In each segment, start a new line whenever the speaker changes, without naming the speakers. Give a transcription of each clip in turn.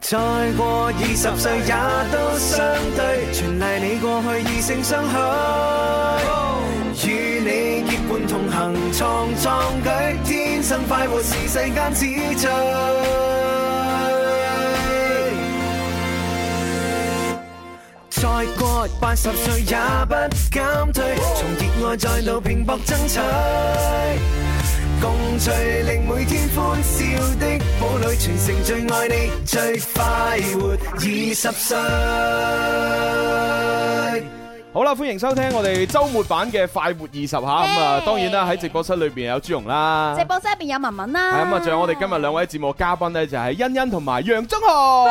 再過二十歲也都相對，全賴你過去異性相許，與你結伴同行創壯舉，天生快活是世間之最。再過八十歲也不減退，從熱愛再度拼搏爭取。共聚令每天歡笑的堡壘，全城最愛你，最快活二十歲。
好啦，歡迎收聽我哋周末版嘅快活二十吓，咁啊
Yeah
當然啦喺直播室裏邊有朱容啦，
直播室入邊有文文
係咁
啦，
啊仲有我哋今日兩位節目嘉賓咧就係欣欣同埋楊宗豪。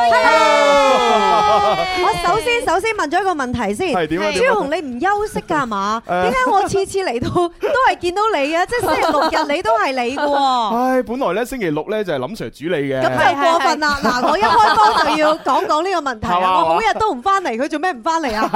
我首先首先問咗一個問題先，
係點啊
朱
點啊
紅你唔休息㗎係嘛？
誒
點解我次次嚟到都係見到你啊？即係星 期六日你都係你嘅喎。
唉，本來咧星期六咧就係林 Sir 主理嘅，
咁就過分啦！嗱，我一開波就要講講呢個問題
係嘛
啊！我好日都唔翻嚟，佢做咩唔翻 嚟啊？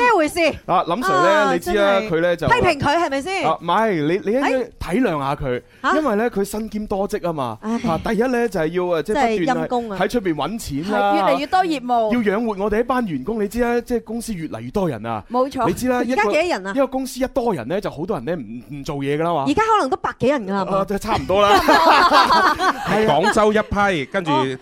咩回事？
啊林 Sir 咧，
啊
你知啦，
真係
佢咧就
批評佢係咪先？
啊，唔係你你應該
哎
體諒下佢，
嚇
因為咧佢身兼多職啊嘛。
唉
啊，第一咧就係要誒，即係不
真係
斷
陰公啊
喺出邊揾錢啦，
係越嚟越多業
要
務，
養活我哋一班員工。你知啦，即係公司越嚟越多人啊。
冇
你
錯，
知啦，
而
一
家幾
個
多人啊
一？個公司一多人咧，就好多人咧唔唔做嘢噶啦嘛
而。家可能都百幾人㗎啦係
啊，
嘛？
就差唔多 啦。
廣州一批，跟住
哦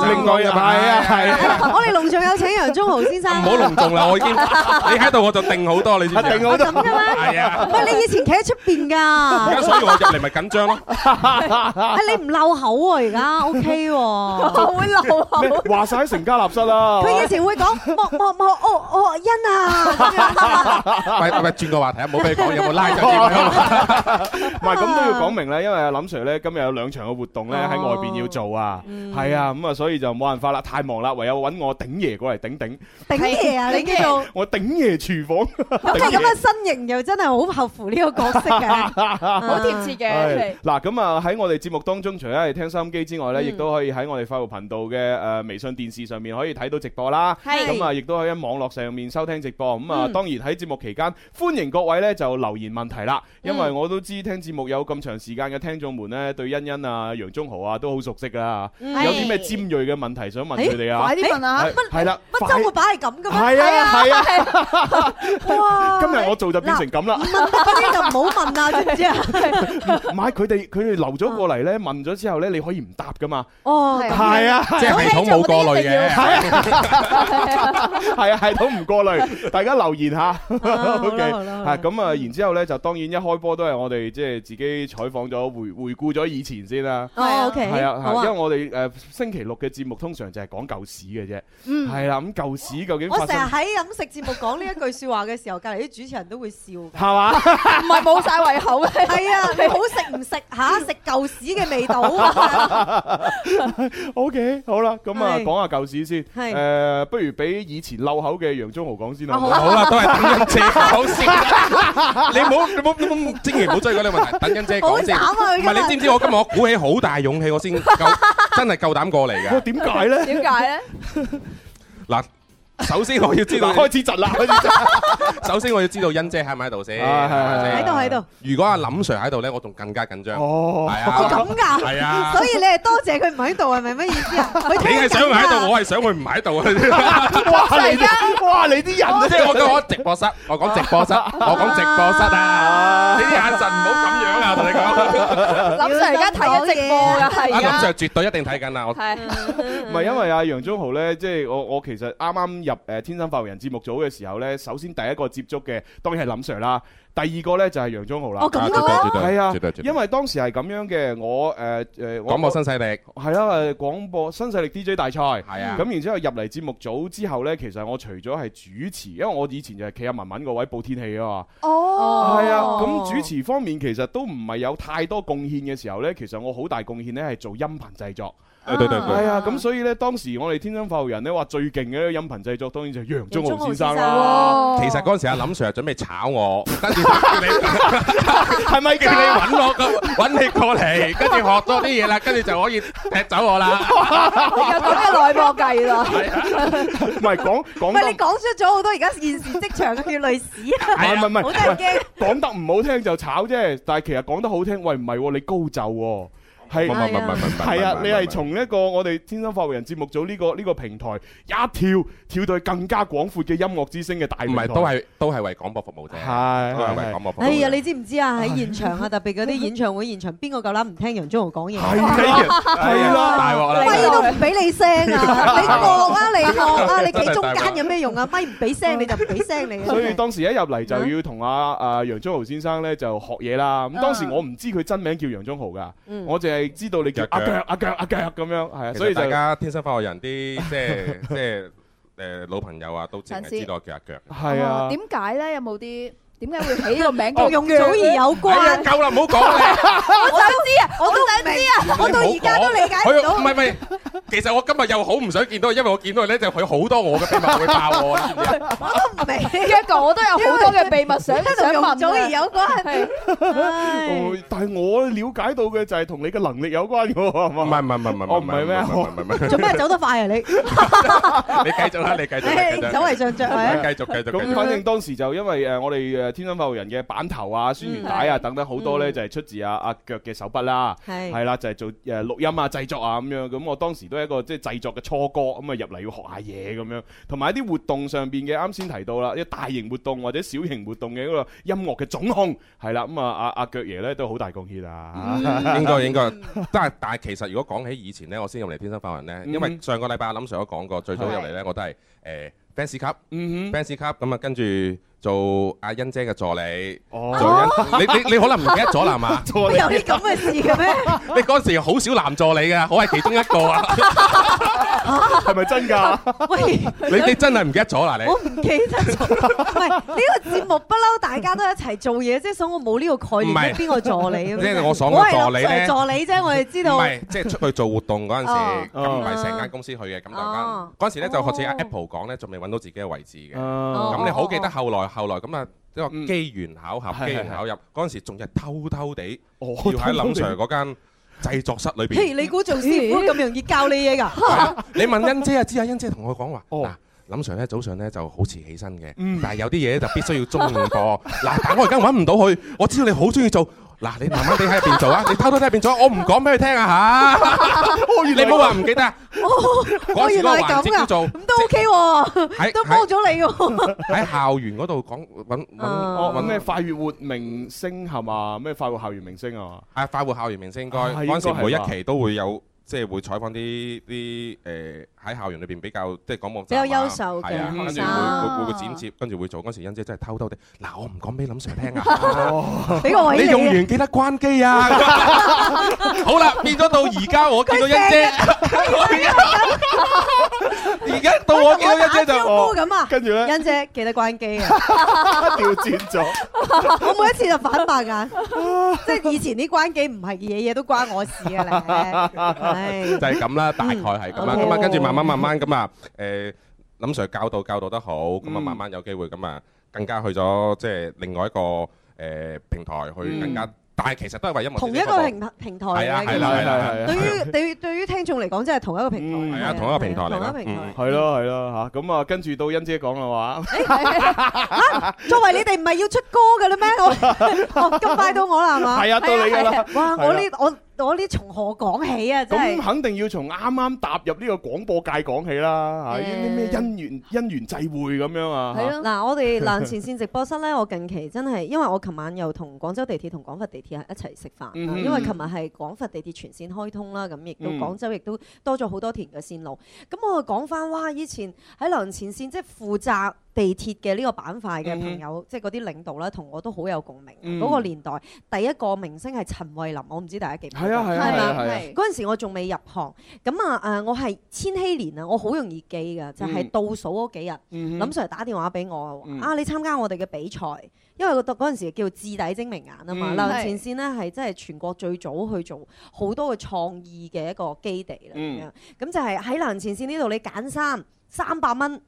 Ờ.
另外又係啊，係啊，
哎我哋隆重有請楊宗豪先生。
唔好隆重啦，我已經你喺度我就定好多，你知唔知啊？
定好
咁
多。
嘅咩？
係啊，
喂，你以前企喺出邊
而
㗎
家？所以我入嚟咪緊張咯。
啊，你唔漏口喎，而家 OK 喎。
我會流口
你話晒喺成家立室啦。
佢以前會講莫莫莫哦哦欣啊咁 樣，
喂喂喂，轉個話題啊，唔好俾佢講，有冇拉就點
唔係咁都要講明咧，因為阿林 Sir 咧今日有兩場嘅活動咧喺外邊要做啊，係啊，咁啊所以就冇辦法啦，太忙啦，唯有揾我頂爺過嚟頂頂，
頂爺啊，你叫做
我頂爺廚房，
咁你咁嘅身形又真係好合乎呢個角色 嘅，
好
好
貼切嘅，
嗱咁啊喺我哋節目當中，除咗係聽收音機之外咧，亦都可以喺我哋快活頻道嘅誒微信電視上面可以睇到直播啦。
係
咁啊，亦都可以喺網絡上面收聽直播。咁啊，當然喺節目期間，歡迎各位咧就留言問題啦。因為我都知聽節目有咁長時間嘅聽眾們咧，對欣欣啊、楊宗豪啊都好熟悉㗎啦。
嗯
有啲咩尖鋭嘅問題想問佢哋啊
快？啲問下
係，係啦，
乜周末版係咁嘅 咩？
係啊係啊，
哇！
今日我做就變成咁啦。
問得嗰啲就唔好問啦，知唔 知啊？
唔係佢哋佢哋留咗過嚟咧，問咗之後咧，你可以唔答㗎嘛？
哦，
係
係啊。
樣？即係系統冇過濾嘅。
係啊，系統唔過 濾，大家留言下。
啊
O
好
K，
啦好啦好啦
係咁啊，然之後咧就當然一開波都係我哋即係自己採訪咗，回回顧咗以前先啦。
哦，OK，
係啊，
好
係因
啊，
為我哋誒星期六嘅節目通常就係講舊史嘅啫。係啦，咁舊史究竟
嗯我
發
成日
生
喺飲食節目講呢一句説話嘅時候，隔離啲主持人都會笑 㗎。
係嘛？
唔係冇晒胃口嘅，
係啊，你好食唔食 嚇？食舊屎嘅味道啊！
O K，好啦，咁啊，
係
講下舊史先。
係
誒，不如俾以前漏口嘅楊宗豪講先啦。
好啊
好啦，都係等欣姐講先啦。你唔好你唔好你唔好，千祈唔好追究呢個問題，等欣姐講先。
好慘啊佢
唔
今日
係你知唔知我今日我鼓起好大勇氣，我先夠真係夠膽過嚟
哇
㗎。
點解 咧？
點解咧？
嗱，首先我要知道
嗱，，開始窒啦，開始 窒。
首先我要知道欣姐喺唔喺度先。
啊係係係
喺度喺度，
如果阿林 Sir 喺度咧，我仲更加緊張。
哦，
係
我
啊，
咁㗎。
係啊。
所以你係多謝佢唔喺度係咪乜意思啊？佢
你係想佢喺度，我係想佢唔喺度 啊！
哇你啲哇你啲 人啊
即係我講直播室，我講直播室，我講直播室啊！你啲眼神唔好咁樣啊！同你講，
林 Sir 而家睇緊直播㗎，係
阿
而
林
家
Sir 絕對一定睇緊啊啦！我
係
唔係
嗯
因為阿楊宗豪咧，即係我我其實啱啱入誒《天生發育人》節目組嘅時候咧，首先第一個接觸嘅當然係林 Sir 啦，第二個咧就係楊宗豪啦。
哦咁嘅
絕
咩？
對
係啊
絕對絕，對
因為當時係咁樣嘅，我誒誒
廣播新勢力
係啦，誒廣播新勢力 DJ 大賽，
係啊
咁然之後入嚟節目組之後呢，其實我除咗係主持，因為我以前就係企阿文文個位報天氣啊嘛，
哦
係啊，咁主持方面其實都唔係有太多貢獻嘅時候呢，其實我好大貢獻呢係做音頻製作，
誒對對對
係啊，咁所以呢，當時我哋天生發育人呢話最勁嘅音頻製作當然就係楊宗豪先生啦，
哦
其實嗰陣時阿林 Sir 準備炒我，跟住叫你係咪叫你揾我咁揾你過嚟，跟住學多啲嘢啦，跟住就可以踢走我啦。
有咁嘅內幕計啦，
唔係講
唔
講
係你
得
講出咗好多而家現時職場嘅血淚史啊！
唔係唔係唔係
好得人驚。
講得唔好聽就炒啫，但係其實講得好聽，喂唔係喎，你高就喎。係
唔唔唔唔唔，
係啊，你係從一個我哋天生發育人節目組呢個呢個平台一跳跳到去更加廣闊嘅音樂之星嘅大
唔
平台，
係都係都係為廣播服務啫，
係
都係為
係
廣播服務啫。
哎呀，你知唔知啊？喺現場啊，特別嗰啲演唱會現場，邊個夠膽唔聽楊宗豪講嘢？
係啊係啦，
大鑊
咪
啦！
都唔俾你聲 啊！你惡啊，你惡啊，你企中間有咩用啊？咪唔 俾聲你就唔俾聲你啊！
所以當時一入嚟就要同阿阿楊宗豪先生咧就學嘢啦。咁當時我唔知佢真名叫楊宗豪噶，我淨係知道你叫阿腳阿腳阿腳咁樣，係啊，
其
所以
實
就
大家天生發學人啲，即係即係誒老朋友啊，都淨
陳
係
思
知道腳啊腳。
係啊。
哦點解咧？有冇啲點解會起個名叫
同容祖兒有關，
夠啦，唔好講啦，
我想知啊，
我都唔明，我到而家都理解
佢
唔
唔
到。
係唔係，其實我今日又好唔想見到佢，因為我見到佢咧就佢好多我嘅秘密會爆我啦。
我都 唔明，
一個我都有好多嘅秘密想
同
想
容祖兒
問啊。
有關。唉
哦但係我了解到嘅就係同你嘅能力有關嘅喎，係
唔
嘛？
係唔係唔係唔係
哦唔係咩
唔係唔係唔係，
做咩走得快啊你？
你繼續啦，你繼續啦，
唉
繼續
走為上着啊！
繼續繼續繼
咁
續。
反正當時就因為呃誒我哋誒天生發育人嘅版頭啊、宣傳帶啊等等好多咧，
嗯
就係出自阿阿腳嘅手筆啦，
係
係啦，就係做誒錄音啊、製作啊咁樣。咁我當時都係一個即係製作嘅初哥，咁啊入嚟要學下嘢咁樣，同埋一啲活動上邊嘅，啱先提到啦，一大型活動或者小型活動嘅嗰個音樂嘅總控係啦，咁啊阿阿腳爺咧都好大貢獻啊！
應該應該，但係但係其實如果講起以前咧，我先入嚟天生發人咧，因為
嗯
上個禮拜阿林 Sir 都講過，最早入嚟咧我都係誒 fans 級 fans
嗯哼，
級咁啊，跟住做阿欣姐嘅助理，
哦，
做欣你你你可能唔記得咗啦係嘛？
助理
有啲咁嘅事嘅咩？
你嗰時好少男助理㗎，我係其中一個啊！
係咪真㗎？
喂！
你你真係唔記得咗啦你
我。唔記得咗，唔係呢個節目不嬲，大家都一齊做嘢，即係所以我冇呢個概
唔係
念，邊個助理啊？
即係我所
我
講
係
嘅助理
諗
咧
住，助理啫，我哋知道
唔。係即係出去做活動嗰陣時，
哦
咁唔係成間公司去嘅，咁就
哦
間嗰陣時咧就學似阿
哦
Apple 講咧，仲未揾到自己嘅位置嘅。
哦
咁你好記得後來後來咁啊，一個
嗯
機緣巧合，
係哦
機緣
係
巧合嗰陣時仲係偷偷地
我
要喺林 Sir 嗰間製作室裏
譬
邊。
如你估做師傅咁容易教你嘢㗎？
你問欣姐啊，知啊，欣姐同我講話
哦
嗱。林 Sir 咧早上咧就好遲起身嘅，
嗯
但係有啲嘢就必須要中午過。 嗱，但我而家揾唔到佢，我知道你好中意做，嗱你慢慢地喺入邊 做啊，你偷偷地喺入邊做啊，我唔講俾佢聽啊嚇。
哦
你唔好話唔記得啊，嗰
我
時嗰
原
個
來係
環
咁
節叫
㗎，
做
咁都 OK 喎，
喺
都幫咗你喎。
喺校園嗰度講揾揾
哦，
啊
揾咩快活活明星係嘛？咩快活校園明星啊嘛？
啊快活校園明星應該
啊應該
嗰陣時
係
每
吧
一期都會有。即係會採訪啲啲誒喺校園裏邊比較即係講網
比較優秀嘅
係啊，跟
學
住
生
會會會會剪接，跟住會做嗰時欣姐真係偷偷地嗱，我唔講俾林 Sir 聽啊，
俾個位
你用
你啊，
完記得關 機啊。好啦，變咗到而家我見到欣姐， 而家到我見
我
到
打
欣姐就
招呼咁啊！
跟住咧
欣姐記得關機啊！
調轉 咗。
我每一次就反白眼，即係以前啲關機唔係嘢嘢都關我事啊！咧，
就係咁啦，大概係咁啦。
嗯
咁啊，
哦
跟住慢慢慢慢咁啊，誒，林 Sir 教導教導得好，咁啊，
嗯
慢慢有機會咁啊，更加去咗即係另外一個誒平台去更加，但係其實都係為音樂
同一
節
個
目
平平台
係啊
嚟
係
嘅
啦
嘛。
係啦係啦，
對於對於對於聽眾嚟講，真係同一個平
嗯
台，
係啊同一個平台嚟㗎
同一個平台
嗯。
係咯係咯嚇，咁啊跟住到欣姐講啦話，
作為你哋唔係要出歌嘅啦咩？ 我哦咁快到我啦係 嘛？
係啊到你㗎啦
係啊係啊哇！我呢我我呢從何講起啊？真
咁
係
肯定要從啱啱踏入呢個廣播界講起啦嚇，啲咩姻緣姻緣際會咁樣啊，
係咯，
嗱，我哋嗱前線直播室咧，我近期真係因為我琴晚又同廣州地鐵同廣佛地鐵係一齊食飯，啊
嗯
因為琴日係廣佛地鐵全線開通啦，咁亦都
嗯
廣州亦都多咗好多條嘅線路。咁我講翻哇，以前喺流行前線即係負責地鐵嘅呢個板塊嘅朋友，即係嗰啲領導咧，同我都好有共鳴。啊
嗯
嗰個年代第一個明星係陳慧琳，我唔知大家記唔記得？
係啊係啊
係
係啊
啦，
係啊，
係
嗰陣時我仲未入行，咁啊誒，呃我係千禧年啊，我好容易記㗎，就係、
嗯
倒數嗰幾日。
嗯
林 Sir 打電話俾我
嗯
啊，你參加我哋嘅比賽，因為嗰度嗰陣時叫置底精明眼啊嘛，
嗯
流行前線呢係真係全國最早去做好多嘅創意嘅一個基地啦，咁樣
嗯
咁就係喺流行前線呢度你揀衫三百蚊，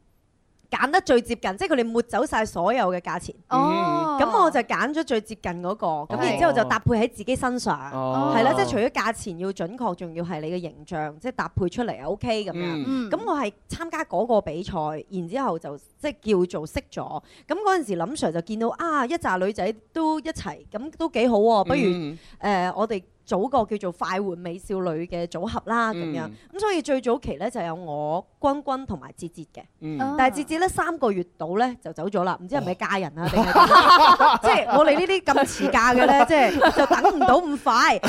揀得最接近，即係佢哋抹走晒所有嘅價錢，
哦，
咁我就揀咗最接近嗰個，咁
係
然之後就搭配喺自己身上。
哦
係啦，即係除咗價錢要準確，仲要係你嘅形象，即係搭配出嚟係 OK 咁樣。
嗯
嗯
咁我係參加嗰個比賽，然之後就即係叫做識咗。咁嗰陣時，林 Sir 就見到啊，一紮女仔都一齊，咁都幾好喎、不如誒、
嗯
我哋組個叫做快活美少女嘅組合啦，咁樣
嗯
咁所以最早期咧就有我君君同埋哲哲嘅。
嗯，
但係節節咧三個月到咧就走咗啦，唔知
哦
係咪嫁人啊定係點 啊即係我哋呢啲咁遲嫁嘅咧，即係就等唔到咁快。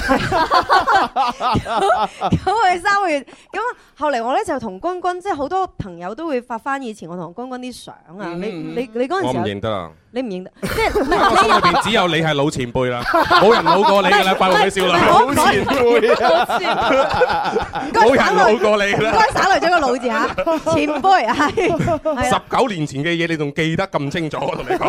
咁我哋三個月，咁後嚟我咧就同君君，即係好多朋友都會發翻以前我同君君啲相啊。
嗯
你你你嗰
我
陣時
唔
候
認 得啦，
你唔認得，即係唔
因為我心裏邊只有你係老前輩啦，冇人老過你噶啦，快活美少女，
我
好前 輩啊，
該
冇人老過你
該
啦。
省略咗個老字嚇，前輩係係啊
十
啦
九年前嘅嘢你仲記得咁清楚，我同你講。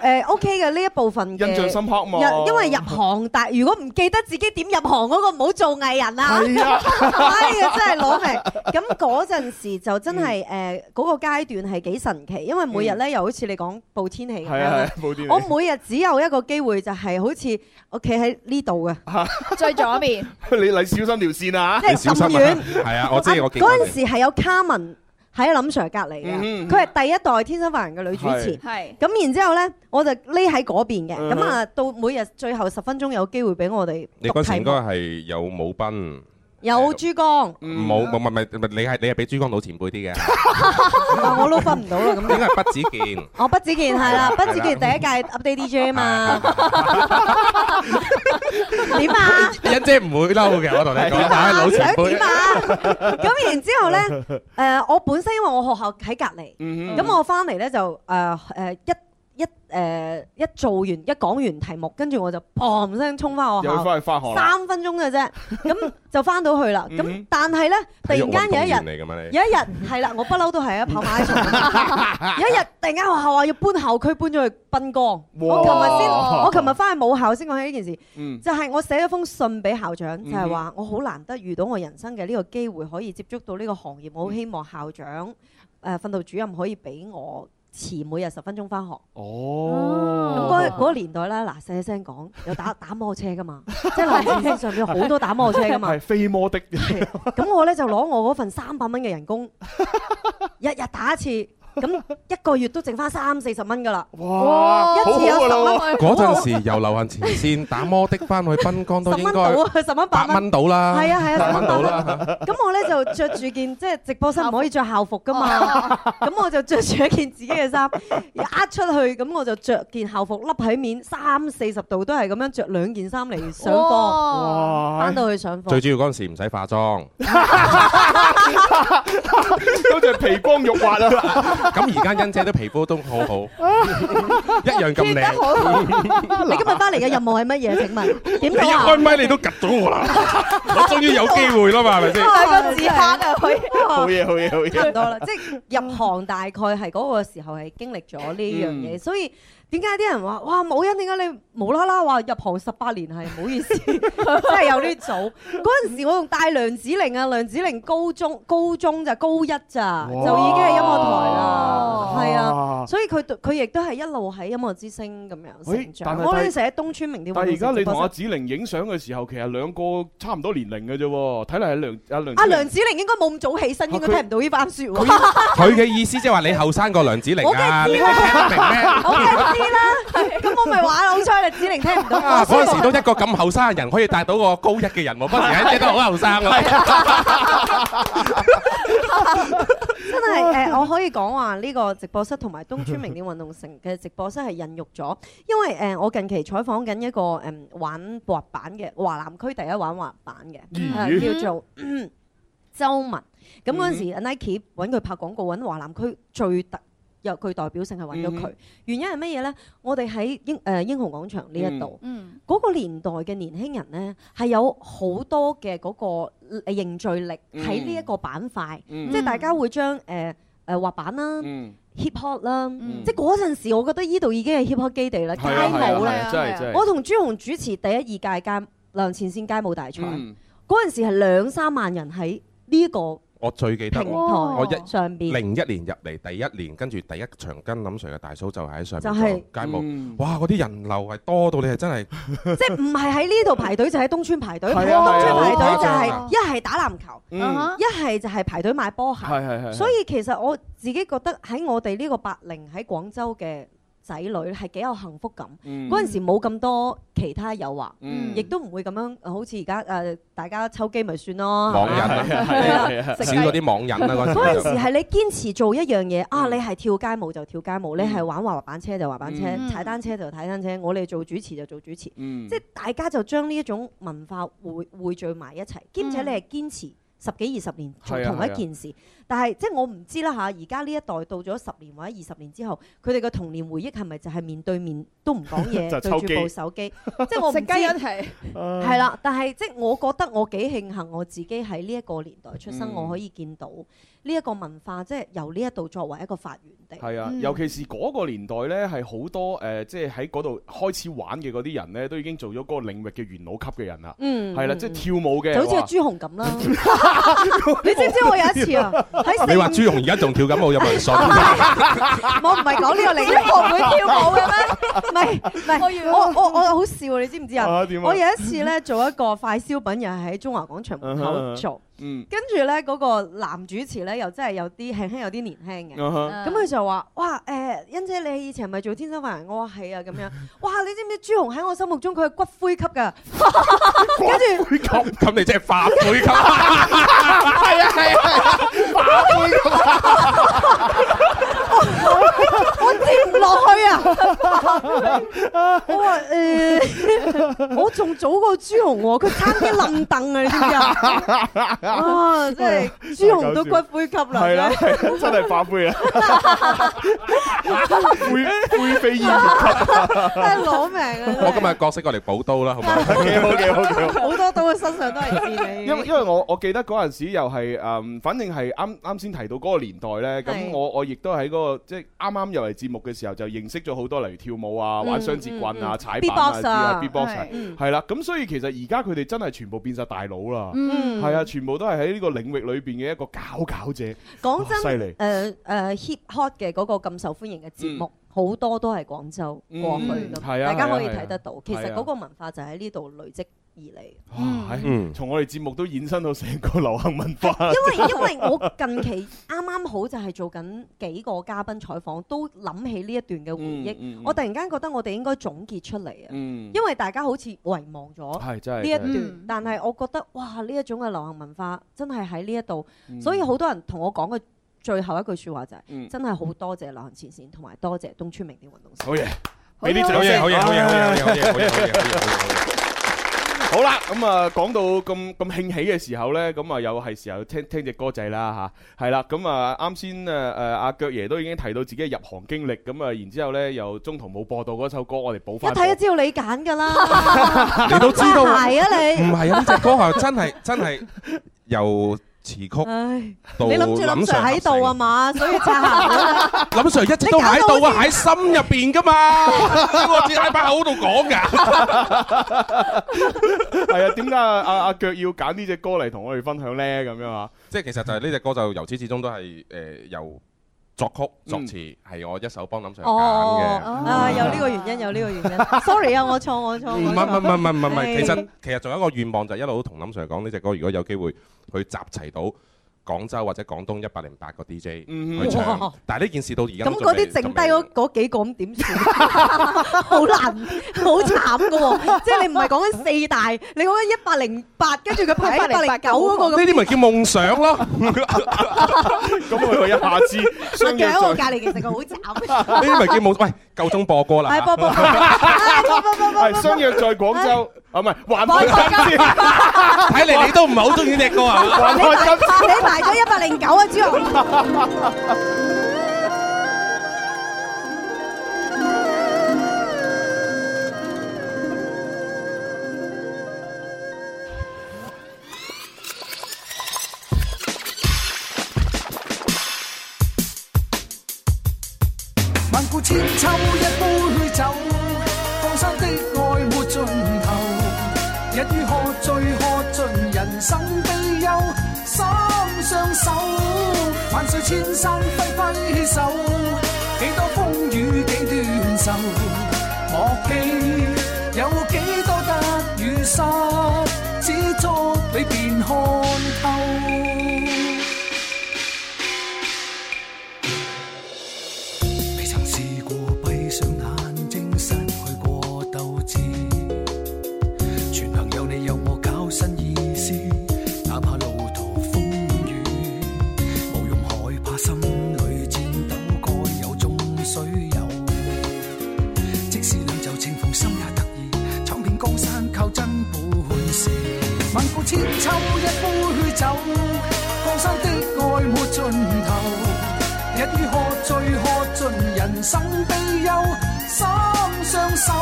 誒 OK 嘅呢一部分嘅
印象深刻嘛，
入因為入行，但如果唔記得自己點入行嗰個，唔好做藝人啦。
係啊，
哎呀，真係攞命！咁嗰陣時就真係
嗯
誒嗰個階段係幾神奇，因為每日咧又好似你講報天氣咁
係啊係。
樣
啊，冇啲
我每日只有一個機會，就係好似我企喺呢度嘅，啊
最左面，
你你小心條線啊！
即
你
係
小
咁
心
遠
啊。！係啊，我知我記得
嗰陣
你。
時係有卡文喺林 Sir 隔離
嗯嗯
嘅，佢係第一代天生發人嘅女主持。
係
咁然之後咧，我就匿喺嗰邊嘅。
嗯
咁啊，到每日最後十分鐘有機會俾我哋
你
讀
嗰陣時
題
應
目
該係有武斌。
有 珠江，
冇冇唔係唔係，你係你係比珠江老前輩 啲嘅，
啊我都分唔到啦咁
應
就。
該係畢子 健。
我畢子健係啦，
係啦
畢子健第一屆 update DJ 啊嘛。點啊？
欣姐唔會嬲嘅，我同 你講，
點
係
啊？
老前
想點
輩。
啊？咁然之 後咧，誒我本身因為我學校喺隔離，
嗯哼
咁我翻嚟咧就誒誒一一誒一做完一講完題目，跟住我就砰聲衝翻我學
又要
校。
翻去翻學啦，
三分鐘嘅啫，咁就翻到去啦。
嗯
咁但係咧，突然間有一日。
嚟㗎嘛你。
有一日係啦，我不嬲都係啊跑馬拉松。 有一日突然間學校話要搬校區，搬咗去濱江。我琴日先，
哇
我琴日翻去母校先講起呢件事，
嗯
就係我寫咗封信俾校長，就係
嗯
話我好難得遇到我人生嘅呢個機會，可以接觸到呢個行業，我好希望校長誒訓導主任可以俾我。遲每日十分鐘翻學，咁
哦，
嗰嗰個年代啦，嗱細聲講，有打打摩車 噶嘛，即係南前線上面有好多打摩車噶嘛，
係飛摩的，
咁我咧就攞我嗰份三百蚊嘅人 工，日日打一次，咁一個月都剩翻三四十蚊噶啦。
哇，
一
好好
次有
噶
十
啦
蚊
喎，，
嗰陣時由流行前線打摩的翻去濱江都
十
應
蚊到
該
啊，十蚊
八
八蚊。
蚊到啦，
係啊係啊
八
十
蚊
蚊
到
八蚊
啦。
咁我咧就着住件即係直播室唔可以着校服噶嘛，咁我就着住一件自己嘅衫，一呃出去咁我就着件校服笠喺面，三四十度都係咁樣着兩件衫嚟上課，
哇，
哇
翻，到去上課
最。主要嗰陣時唔使化妝，
都就皮光肉滑啦，
咁而家欣姐啲皮膚都好 好，一樣咁靚。
你今日翻嚟嘅任務係乜嘢？請 問點
你一
到
開
啊？
咪你都及咗我啦，我終於有機會啦嘛，係咪先？
兩個字慳啊佢。
好嘢好嘢好嘢，
差唔多 啦，即係入行大概係嗰個時候係經歷咗呢樣嘢，
嗯
所以點解啲人話哇冇欣點解你無啦啦話入行十八年係唔好意思， 真係有啲早。嗰陣時我仲帶梁子玲啊，梁子玲高中高中就高一咋，就已經係音樂台啦，係啊。
啊。
所以佢佢亦都係一路喺音樂之星咁樣成
喂但
長。
係
我哋成日喺東村明啲
但
運動
係而家你
直播
同
室
阿子玲影相嘅時候，其實兩個差唔多年齡嘅啫喎，睇嚟係梁阿梁子
阿
玲
梁子玲應該冇咁早起身，應該聽唔到呢番説話。
佢嘅意思即係話你後生過梁子玲
我梗
啊，
係知
你聽
啦
得明咩？
我梗係知啦，咁我咪玩好彩，你子玲聽唔到。
啊！嗰陣時
都
都一個咁後生嘅人可以帶到個高一嘅人喎，嗰陣時真係好後生啊！
真係誒，我可以講話呢個直播室同埋東村名店運動城嘅直播室係孕育咗，因為誒我近期採訪緊一個誒玩滑板嘅華南區第一玩滑板嘅，
咦
誒叫做嗯周文。咁嗰陣時 Nike 揾佢拍廣告，揾華南區最特。有具代表性係揾咗佢，原因係乜嘢呢？我哋喺英誒、呃英雄廣場呢一度，
嗯，
嗰個年代嘅年輕人呢，係有好多嘅嗰個呃凝聚力
嗯
喺呢一個板塊，
嗯
即係大家會將誒誒滑板啦、
嗯，
hip hop 啦，
嗯
即係嗰陣時，我覺得呢度已經係 hip hop 基地啦，街
係啊
舞
係
啦。
啊係啊真係真係，
我同朱紅主持第一二屆街梁前線街舞大賽，
嗯
嗰陣時係兩三萬人喺呢個
我最記得
平
我
台
我一
上邊，
零一年入嚟第一年，跟住第一場跟林 Sir 嘅大 show 就係喺上
就係
面做街舞。
嗯
哇！嗰啲人流係多到你係真係
即係唔係喺呢度排隊就喺東村排隊，
係啊
排
係啊
東村排隊就
好
係一係打籃球，
嗯
啊哈
一係就係排隊買波鞋。
係係係，
所以其實我自己覺得喺我哋呢個八零喺廣州嘅仔女咧係幾有幸福感。
嗯
嗰陣時冇咁多其他誘惑，
嗯
亦都唔會咁樣呃好似而家誒大家抽機咪算咯。
網
係
癮
啊
啊，
係啊係啊
少嗰啲網癮啦
嗰陣
嗰陣
時
時。
係你堅持做一樣嘢啊！
嗯
你係跳街舞就跳街舞，你係玩滑板車就滑板車
嗯，
踩單車就踩單車，我哋做主持就做主持，
嗯
即係大家就將呢一種文化匯匯聚埋一齊，兼且你係堅持十幾二十年做
嗯係啊
同一件事，但係即係我唔知啦嚇。而家呢一代到咗十年或者二十年之後，佢哋嘅童年回憶係咪就係面對面都唔講嘢，
就抽
對
機啊
住部 手機？即係我唔
食雞
知。
一齊，
係啦，但係即係我覺得我幾慶幸我自己喺呢一個年代出生，
嗯
我可以見到呢一個文化，即係由呢一度作為一個發源地。
係啊，
嗯
尤其是嗰個年代呢，係好多誒、呃即係喺嗰度開始玩嘅嗰啲人呢，都已經做咗嗰個領域嘅元老級嘅人啦。
嗯
係啦，即係跳舞嘅，
就好似阿
哇
朱紅咁 啦。 你知唔知我有一次啊？喺四
你話朱紅而家仲跳緊舞有冇 人信？
我唔係講呢個嚟嘅，我唔會跳舞嘅咩？唔係唔
我以為
係，我我我好笑啊！你知唔知啊？
啊點
我
啊？
有一次咧做一個快消品，又係喺中華廣場門口做，
嗯，
跟住咧嗰個男主持咧又真係有啲輕輕有啲年輕嘅。
啊哈
咁佢就話：哇，誒、欣姐，你以前係咪做天生發人？我話係啊，咁樣。哇，你知唔知朱紅喺我心目中佢係骨灰級㗎？跟住
咁咁你真係化灰級，係啊係啊，
我接唔落去啊！我話誒、我仲早過朱紅喎，佢差啲冧凳啊！你知唔知啊？啊，真係朱紅都骨灰級啦！
係 啦，係啦真係化灰啦，灰灰飛煙滅，
真係攞命啊！
我今日角色過嚟補刀啦，好嘛？
幾好幾好幾好。
好多刀喺身上都係自你。
因為因為我我記得嗰陣時又係誒、嗯反正係啱啱先提到嗰個年代呢。咁
係
我我亦都喺嗰、個即係啱啱入嚟節目嘅時候就認識咗好多，例如跳舞啊、玩
嗯
雙節棍
嗯
啊、
嗯
踩板啊
Beatbox
啲啊、
啊
B-box 啊
係，
嗯
係啦。咁所以其實而家佢哋真係全部變晒大佬啦，
嗯
係啊，全部都係喺呢個領域裏邊嘅一個佼佼者。
講
哇犀
真
利，
誒誒 Ờ, hip hop 嘅嗰個咁受歡迎嘅節目，好多都係廣州
嗯
過去
嗯
咁，
係啊
大家可以
係啊係啊
睇得到。其
係
實
啊
嗰個文化就喺呢度累積而嚟。
哇係
嗯
從我哋節目都衍生到成個流行文化。
因 為因為我近期啱啱好就係做緊幾個嘉賓採訪，都諗起呢一段嘅回憶。
嗯嗯嗯
我突然間覺得我哋應該總結出嚟啊，
嗯，
因為大家好似遺忘咗。
係真係
呢一
真係
段
嗯，
但係我覺得哇，呢一種嘅流行文化真係喺呢一度，
嗯
所以好多人同我講嘅最後一句説話就係、
嗯
真係好多謝流行前線，同埋多謝東川明啲運動
好嘢。
俾啲
好
掌
嘢
聲
好嘢好嘢好嘢好嘢好嘢好嘢 好嘢！
好啦，咁啊，講到咁咁興起嘅時候呢，咁啊又係時候聽聽只歌仔啦吓，係啦，咁啊啱先誒誒阿腳爺都已經提到自己嘅入行經歷，咁啊然之後呢，又中途冇播到嗰首歌，我哋補
一
翻。
睇就知道你揀㗎啦，
你都知 道，
係啊
唔
你。
係啊？呢只歌係真係真係由詞
嗯
曲
唉，
到
你諗住林
林
Sir
Sir
喺度啊
合
嘛，所以就係
成？林 Sir 一直都喺度啊，喺心入邊噶嘛， 我只喺把口度講㗎。
係啊，點解啊阿阿腳要揀呢只歌嚟同我哋分享呢？咁樣啊，
即係其實就係呢只歌就由始至終都係誒由作曲
Ừ.
作詞係我一手幫林 Sir 揀嘅。
哦，啊有呢個原因，有呢個原 因。Sorry 啊，我錯，我錯，
唔
我
係唔係唔
錯。
係唔係唔係唔係，
唉
其實其實仲有一個願望就係一路同林 Sir 講呢只歌，如果有機會去集齊到廣州或者廣東一百零八個 DJ
嗯
去唱
哇，
但係呢件事到而
咁
家都
嗰
仲未
啲剩低
仲未
嗰嗰幾個咁點算？ 好難，好慘㗎喎！即係你唔係講緊四大，你講緊一百零八，跟住佢排一百零九嗰個
呢
咁。
啲咪叫夢想 咯，呢
咁佢一下子
我
相約
我
在
隔離其實佢好慘。
啲咪叫夢。喂，夠鐘播歌啦
係， 播播播，係播播播播
係相約在廣州啊，唔係環海
廣
金先，
睇嚟你都唔係好中意呢只歌啊。
環海金先。
你排咗一百零九啊，朱紅。
萬古千秋一杯酒，放生的愛沒盡頭。一於喝醉，喝盡人生悲憂，心相守。萬水千山揮揮手，幾多風雨幾段愁。莫記有幾多得與失，只足你便看透。未曾試過閉上眼
走，江山的愛沒盡頭，一於喝醉喝盡人生悲憂，三雙手，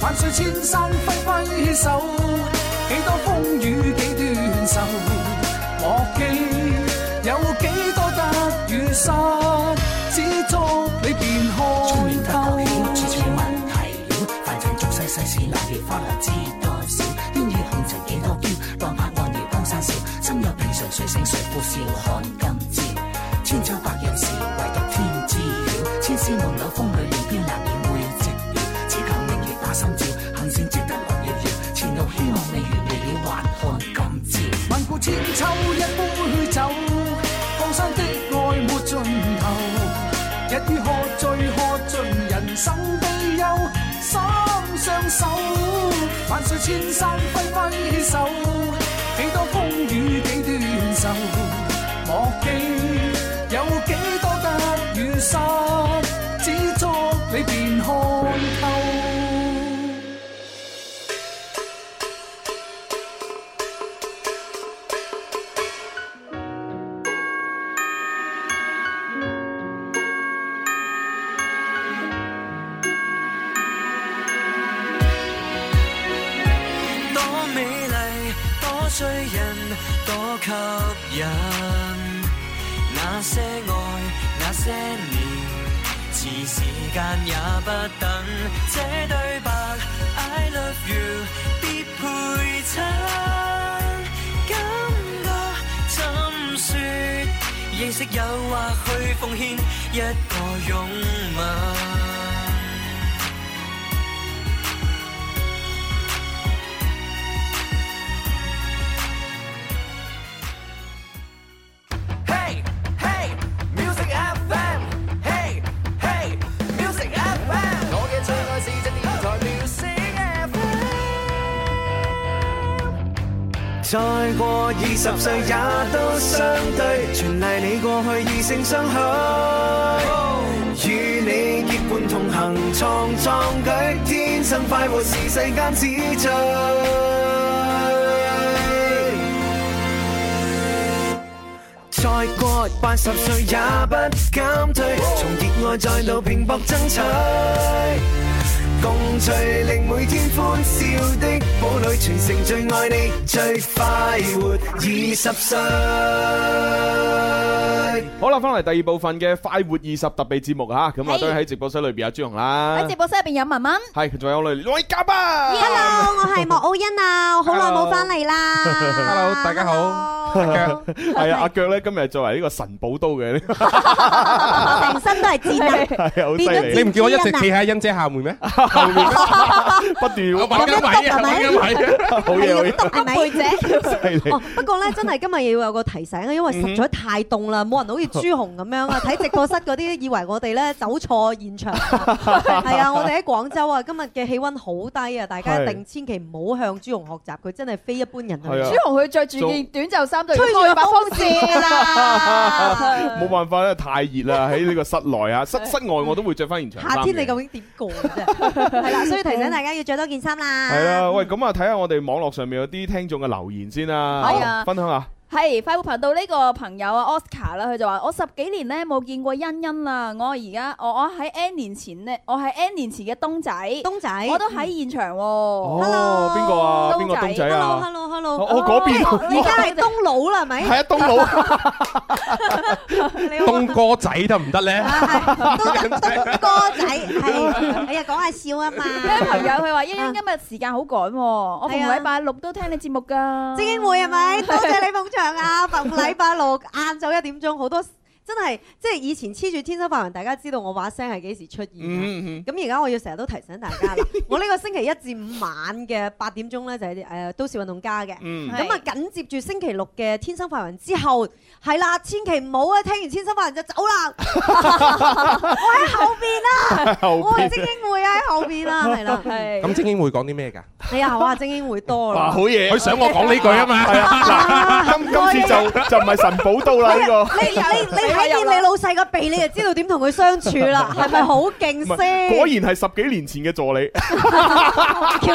萬水千山揮揮手，幾多風雨幾段愁，莫記有幾多得與失，只祝你便開
處
透。
處問題了，凡塵俗世世事難料，花落知多少。邊要紅塵幾多嬌，浪拍岸搖江山笑。心有平常誰勝誰負笑看今朝。千秋百樣事，唯獨天知曉。千絲萬縷風裏亂飄，難免會寂寥。只求明月把心照，行善值得樂遙遙。前路希望未完未了，還看今朝。
萬古千秋一杯酒，江山的愛沒盡頭。一於喝醉喝盡人生悲憂，三雙手，萬水千山揮揮手，幾多風雨幾段愁，莫記有幾多得與失，只祝你便看透。
多美麗，多醉人，多吸引。那些愛，那些年，似時間也不等。這對白，I love you，必配襯。感覺怎說？認識誘惑去奉獻一個擁吻。Hey Hey Music FM Hey Hey Music FM 我嘅最愛是隻電台 Music FM 再過二十歲也都相對，全賴你過去異性相許，與你結伴同行創壯舉，天生快活是世間之最。再過八十歲也不減退，從熱愛再度拼搏爭取，共聚令每天歡笑的堡壘，全城最愛你，最快活二十歲。
好啦，翻嚟第二部分嘅快活二十特備節目吓，咁啊
係
都喺直播室裏邊有朱紅啦
喺直，播室入邊有文文，
係仲有我哋女嘉賓。
Hello，我係莫奧恩啊，我好耐冇翻嚟啦。
Hello，大家好
Hello
係啊，阿腳咧今日作為呢個神寶刀嘅呢 個
成身都係智能，
係啊好犀
變咗
你
利，
唔見我一直企喺欣姐下面咩？後面咩？
不斷
我揾緊位啊，揾緊位啊！
好嘢，好嘢，
篤係咪？
犀利。
哦，不過咧，真係今日要有個提醒啊，因為實在太凍啦，冇人好似朱紅咁樣啊，睇直播室嗰啲以為我哋咧走錯現場啊，係啊，我哋喺廣州啊，今日嘅氣温好低啊，大家一定千祈唔好向朱紅學習，佢真係非一般人
係啊
朱紅佢着住件短袖衫，對
吹住
開
個
把風
風扇啦，
冇辦法咧，太熱啦！喺呢個室內啊，室室外我都會着翻現場衫嘅
夏天你究竟點過嘅啫？係啦，所以提醒大家要着多件衫啦。
係啊，喂，咁啊，睇下我哋網絡上面有啲聽眾嘅留言先啦，
係啊
好分享下。
係快活頻道呢個朋友啊 Oscar 啦，佢就話：我十幾年咧冇見過欣欣啦，我而家我我喺 N 年前咧，我係 N 年前嘅東仔，
東仔，
我都喺現場喎。
哦，邊個啊？邊個東仔啊？
Hello，Hello，Hello，
我我嗰邊
而家係東佬啦，係咪？
係啊，東 佬啊，
你好
東哥仔得唔得咧？
啊，係，都得得歌仔，係，哎呀，講下笑啊嘛，
呢位朋友佢話：欣欣今日時間好趕喎，我逢
係啊
禮拜六都聽你節目㗎。
精英會係咪？多謝你捧場啊！ 逢禮拜六晏晝一點鐘，好多真係即係以前黐住天生發人，大家知道我把聲係幾時出現㗎
嗯嗯
咁而家我要成日都提醒 大家啦，我呢個星期一至五晚嘅八點鐘咧就係誒都市運動家嘅。
嗯
係
咁啊，緊接住星期六嘅《天生快活人》之後，係啦，千祈唔好啊！聽完《天生快活人》就走啦，我喺後邊啦，
後
我係
邊
哦精英會喺後邊啦，係啦，
係
咁精英會講啲咩㗎？
你又話哎精英會多
哇，
啦
好。嘢！
佢想我講呢句啊嘛，
係啊，嗱，今今 次就就唔係神寶刀啦呢個。
哎你你
哎
你睇見你老細個鼻，你就知道點同佢相處 啦，係咪好
唔
勁
係果
先？
然係十幾年前嘅助 理，
跳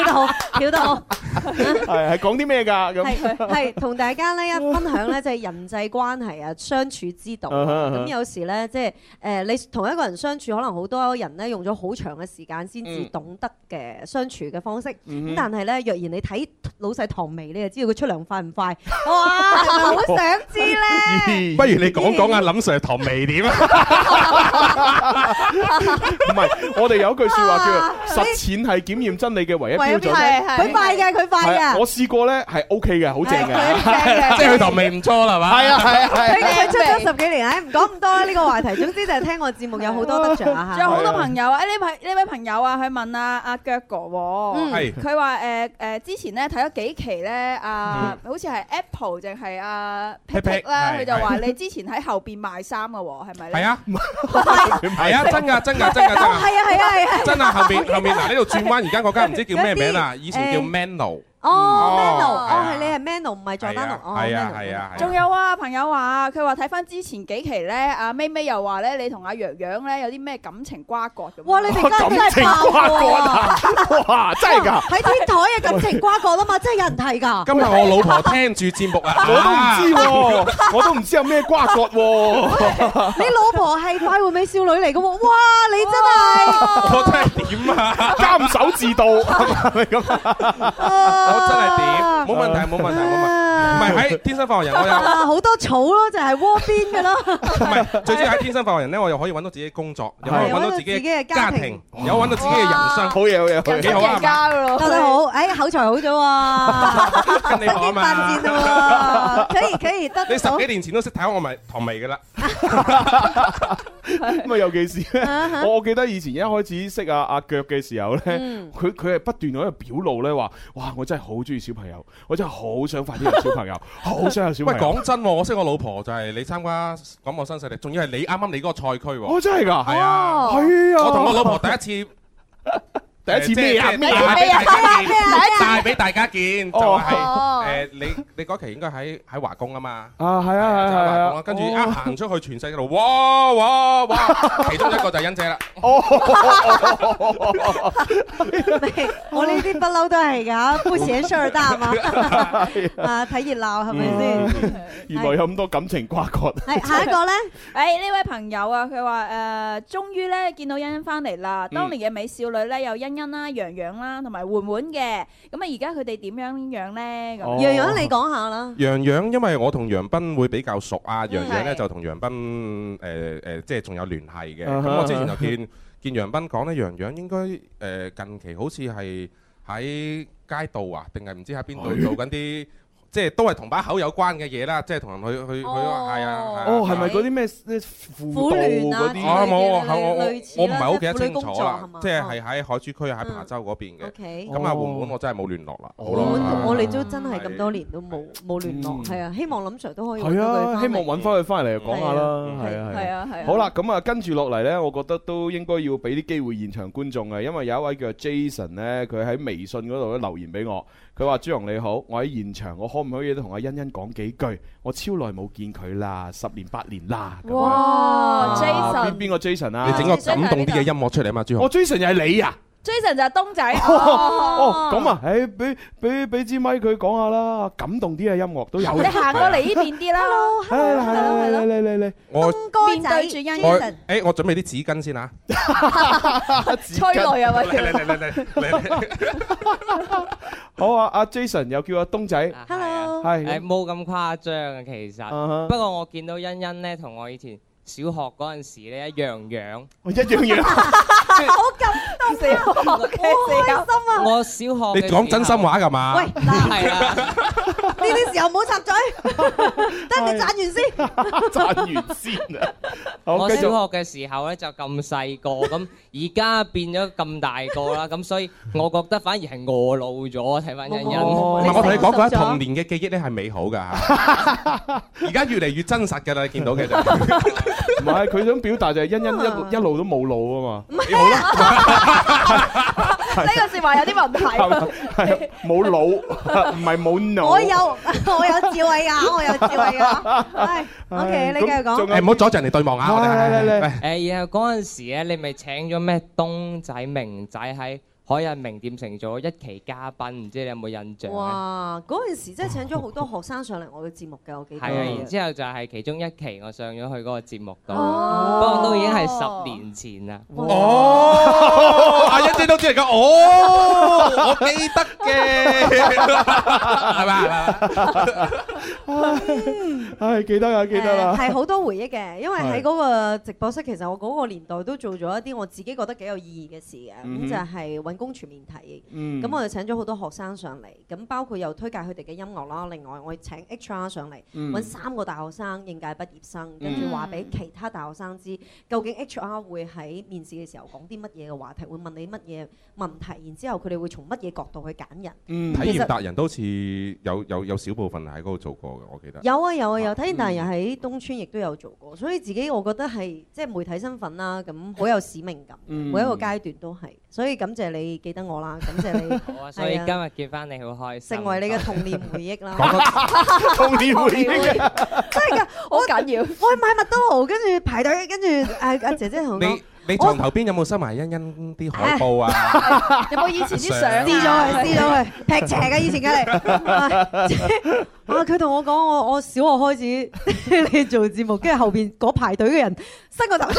得好，跳得好。
係係講啲咩㗎咁？
係係同大家咧一分享咧，就係人際關係啊，相處之道
啊哈啊
啊。
哈
咁有時咧，即係誒你同一個人相處，可能好多人咧用咗好長嘅時間先至
嗯
懂得嘅相處嘅方式。咁
嗯哼
但係咧，若然你睇老細唐眉，你就知道佢出糧快唔 快。哇，係咪好想知咧？
咦
不如你講講阿林 Sir 唐眉點啊？
唔係，我哋有一句説 話叫做實踐係檢驗真理嘅 啊唯一標準。
係係
佢快嘅，佢快
係啊
嘅。
我試過咧係 OK 嘅，好正嘅。
即係佢唐眉唔錯啦，係嘛？
係啊係啊係
佢
啊。
佢出咗十幾年，唉，唔講咁多啦呢個話題。總之就係聽我節目有好多得着
仲
啊嚇
有。好多朋友啊！呢位呢位朋友啊，佢問啊阿腳哥喎，
係
佢話誒誒之前咧睇咗幾期咧，啊好似係 Apple 定係阿
Pick
Pick
Pick，
Pick 啦，
嗯係
佢就話你之前喺後邊賣衫嘅喎，係咪咧？
係啊，係啊，真㗎真㗎真㗎真
哦，
㗎。
係啊，係啊，係啊。
真啊！後面後面嗱，呢度轉彎，而家嗰間唔知叫咩名啦，以前叫 Mano，
哦，Mano，
係啊
哦係你係 Mano，唔係
係
Giordano，
啊
哦
係啊
Mano，
係啊，
仲有啊，朋友話佢話睇翻之前幾期咧，阿咪咪又話咧，你同阿洋洋咧有啲咩感情瓜葛咁。啊
哇！你哋而家真
感情
係爆
瓜葛
喎，
啊！ 哇，啊真係㗎，
喺天台嘅感情瓜葛啦嘛，真係有人睇㗎。
今日我老婆聽住節目 啊，
我都唔知喎，我都唔知有咩瓜葛 喎。
你老婆係快活美少女嚟嘅喎，哇！你真係，
我真係點啊！
監守自盜係咪咁啊？
Ờ.
我真係點
啊？
冇問題，冇問題，冇問題。唔
啊
係喺天生發學人，我有
啊好多草咯，就係窩邊嘅啦。
唔係 最主要喺天生發學人咧，我又可以揾到自己嘅工作，又可以揾到自己嘅家庭，有揾到自己嘅人生，
好嘢好嘢好
幾
嘢！
好啊
人家噶咯，
教得好，誒口才好咗喎，
跟你
身
學啊
經百戰
嘛。
啦喎，可以可以得
你十
到
幾。年前都識睇我咪唐眉噶啦，
咁啊，尤其是咧，
啊哈
我我記得以前一開始識阿阿腳嘅時候咧。
嗯
佢佢係不斷喺度表露咧話，哇！我真係好中意小朋友，我真係好想快啲有小朋 友，好想有小
喂
朋友。
講真喎，我識我老婆就係你參加廣播新勢力，仲要係你啱啱你嗰個賽區喎，
哦我真係㗎，
係啊，
哦
係啊！
我同我老婆第一次。
第一次咩啊
誒
咩
即係
啊？
帶俾大家見
咩啊咩啊
帶俾大家見，就
哦
係
哦
誒你你嗰期應該喺喺華工啊嘛。
啊，係啊，係
就喺華
啊，
工
係
啦
啊，
跟住一行出去，全世界度，哇哇哇！其中一個就係欣姐啦，
我呢啲不嬲都係㗎，不嫌事兒 大嘛。啊，睇熱鬧係咪先？
啊
原來有咁多感情瓜 葛。
係下一個咧，
誒呢位朋友啊，佢話誒，終於咧見到欣欣翻嚟啦。
嗯
當年嘅美少女咧有欣欣啦、洋洋啦，同埋媛媛嘅。咁啊，而家佢哋點樣樣咧？咁
哦
洋洋你講下啦。
楊洋，因為我同楊斌會比較熟啊，楊洋咧
係
就同楊斌誒誒，即係仲有聯繫嘅。
啊哈
咁我之前就見見楊斌講咧，楊洋應該誒近期好似係喺街道啊，定係唔知喺邊度做緊啲，即係都係同把口有關嘅嘢啦，即係同人去去去
哦
係啊。係啊
哦，係咪嗰啲咩輔
婦聯
導
啊
嗰啲
之類
哦，冇，我
類
我
類似啦
我唔係好記得
即係婦女
清
工
楚
作係
啦
嘛，
即係係喺海珠區喺琶洲嗰邊嘅。
OK，
咁啊，
哦
換換我真係冇聯絡啦，好
我
耐啦
啊
我哋都真係咁多年都冇冇聯絡，
嗯
係啊，希望林 Sir 都可以揾
係
到
啊，
佢
希望揾翻佢翻嚟講下啦，
嗯
係啊，係
係
啊。
啊，係啊。
好啦，咁啊，跟住落嚟呢，我覺得都應該要俾啲機會現場觀眾啊嘅，因為有一位叫 Jason 呢，佢喺微信嗰度咧留言俾我，佢話：朱紅你好，我喺現場，我可唔可以都同阿欣欣講幾句？我超耐冇見佢啦，十年八年啦。咁樣
哇
啊
，Jason，
邊邊個 Jason
你
啊？
整個感動啲嘅音樂出嚟啊嘛，朱
我
紅。
Jason 又係你啊？
Jason 就係東仔。
哦
哦，
咁啊，誒，俾俾俾支咪佢講下啦，感動啲嘅啊音樂都有
你
嘅。
行過嚟呢邊啲啦。
係啦係啦係啦嚟嚟嚟
我
東哥仔
面對住欣欣
我
Jason
誒，我準備啲紙巾先啊！
催淚 啊！
嚟
喂，
嚟嚟嚟嚟嚟，
好啊，阿 Jason 又叫阿東仔，
啊係啊
Hello，
誒
係。
冇咁誇張啊，其實。
啊
不過我見到欣欣咧，同我以前小學嗰陣時咧一樣樣。
我一樣 樣，
好感 動死我，好開心啊！
我小學
你
嘅
講
時
真
候
心，話㗎嘛？
喂，嗱呢
係啦，
啲時候唔好 插嘴，等你讚完先。
賺完先啊！好，
我
繼
小學
續。
嘅時候咧就咁細個，咁而家變咗咁大個啦， 咁所以我覺得反而係我老咗，睇翻欣欣。
哦
唔係我同你講過，童年嘅記憶咧係美好㗎嚇，而家越嚟越真實㗎啦，你見到嘅就。
唔 係佢想表達就係欣欣一路一路都冇腦啊嘛。
你好啦，
呢個説話有啲問題。
係啊冇腦，唔係冇腦。
我有 我有 智慧㗎，我有智慧㗎。唉，OK，你繼續講。
誒唔好阻住人哋對望啊！我哋
嚟嚟嚟
喂
誒，然後嗰陣時咧，你咪請咗咩東仔、明仔喺海印名店城做一期嘉賓，唔知你有冇印象啊咧？
哇！嗰陣時真係請咗好多學生上嚟我嘅節目㗎，我記得。
係啊，
嗯
然之後就係其中一期我上咗去嗰個節目度，不
哦
過都已經係啊十年前啦。
哦，阿欣姐都知嚟噶，哦，我記得嘅，係咪？
唉，記得啊，記得
誒
啦。
係好多回憶嘅，因為
係
喺嗰個直播室，其實我嗰個年代都做咗一啲我自己覺得幾有意義嘅事嘅，咁、
嗯哼
就係揾工全面睇。
嗯
咁、我哋請咗好多學生上嚟，咁包括又推介佢哋嘅音樂啦。另外，我請 HR 上嚟
嗯
揾、三個大學生應屆畢業生，跟住話俾其他大學生知，究竟 HR 會喺面試嘅時候講啲乜嘢嘅話題，會問你乜嘢問題，然之後佢哋會從乜嘢角度去揀人。
嗯
體驗達人都似有有有少部分喺嗰度做過嘅，我記得。
有啊有啊有，
啊
睇見大人喺東村亦都有做過，所以自己我覺得係即係媒體身份啦，咁好有使命感，
嗯
每一個 階段都係，所以感謝你記得我啦，感謝你
好啊，所以
係啊
今日見翻你好開心。
成為你嘅童年回憶
講
啦。
得
童年回
真
憶
係㗎，
好緊要。
我去買麥當勞，跟住排隊，跟住誒阿姐姐同我講
你你床頭邊有冇收埋欣欣啲海報啊？
有冇以前啲相啊？
撕咗佢，撕咗佢，劈邪嘅以前嘅你。即係啊！佢同我講，我我小學開始 你做節目，跟住後邊嗰排隊嘅人伸個頭出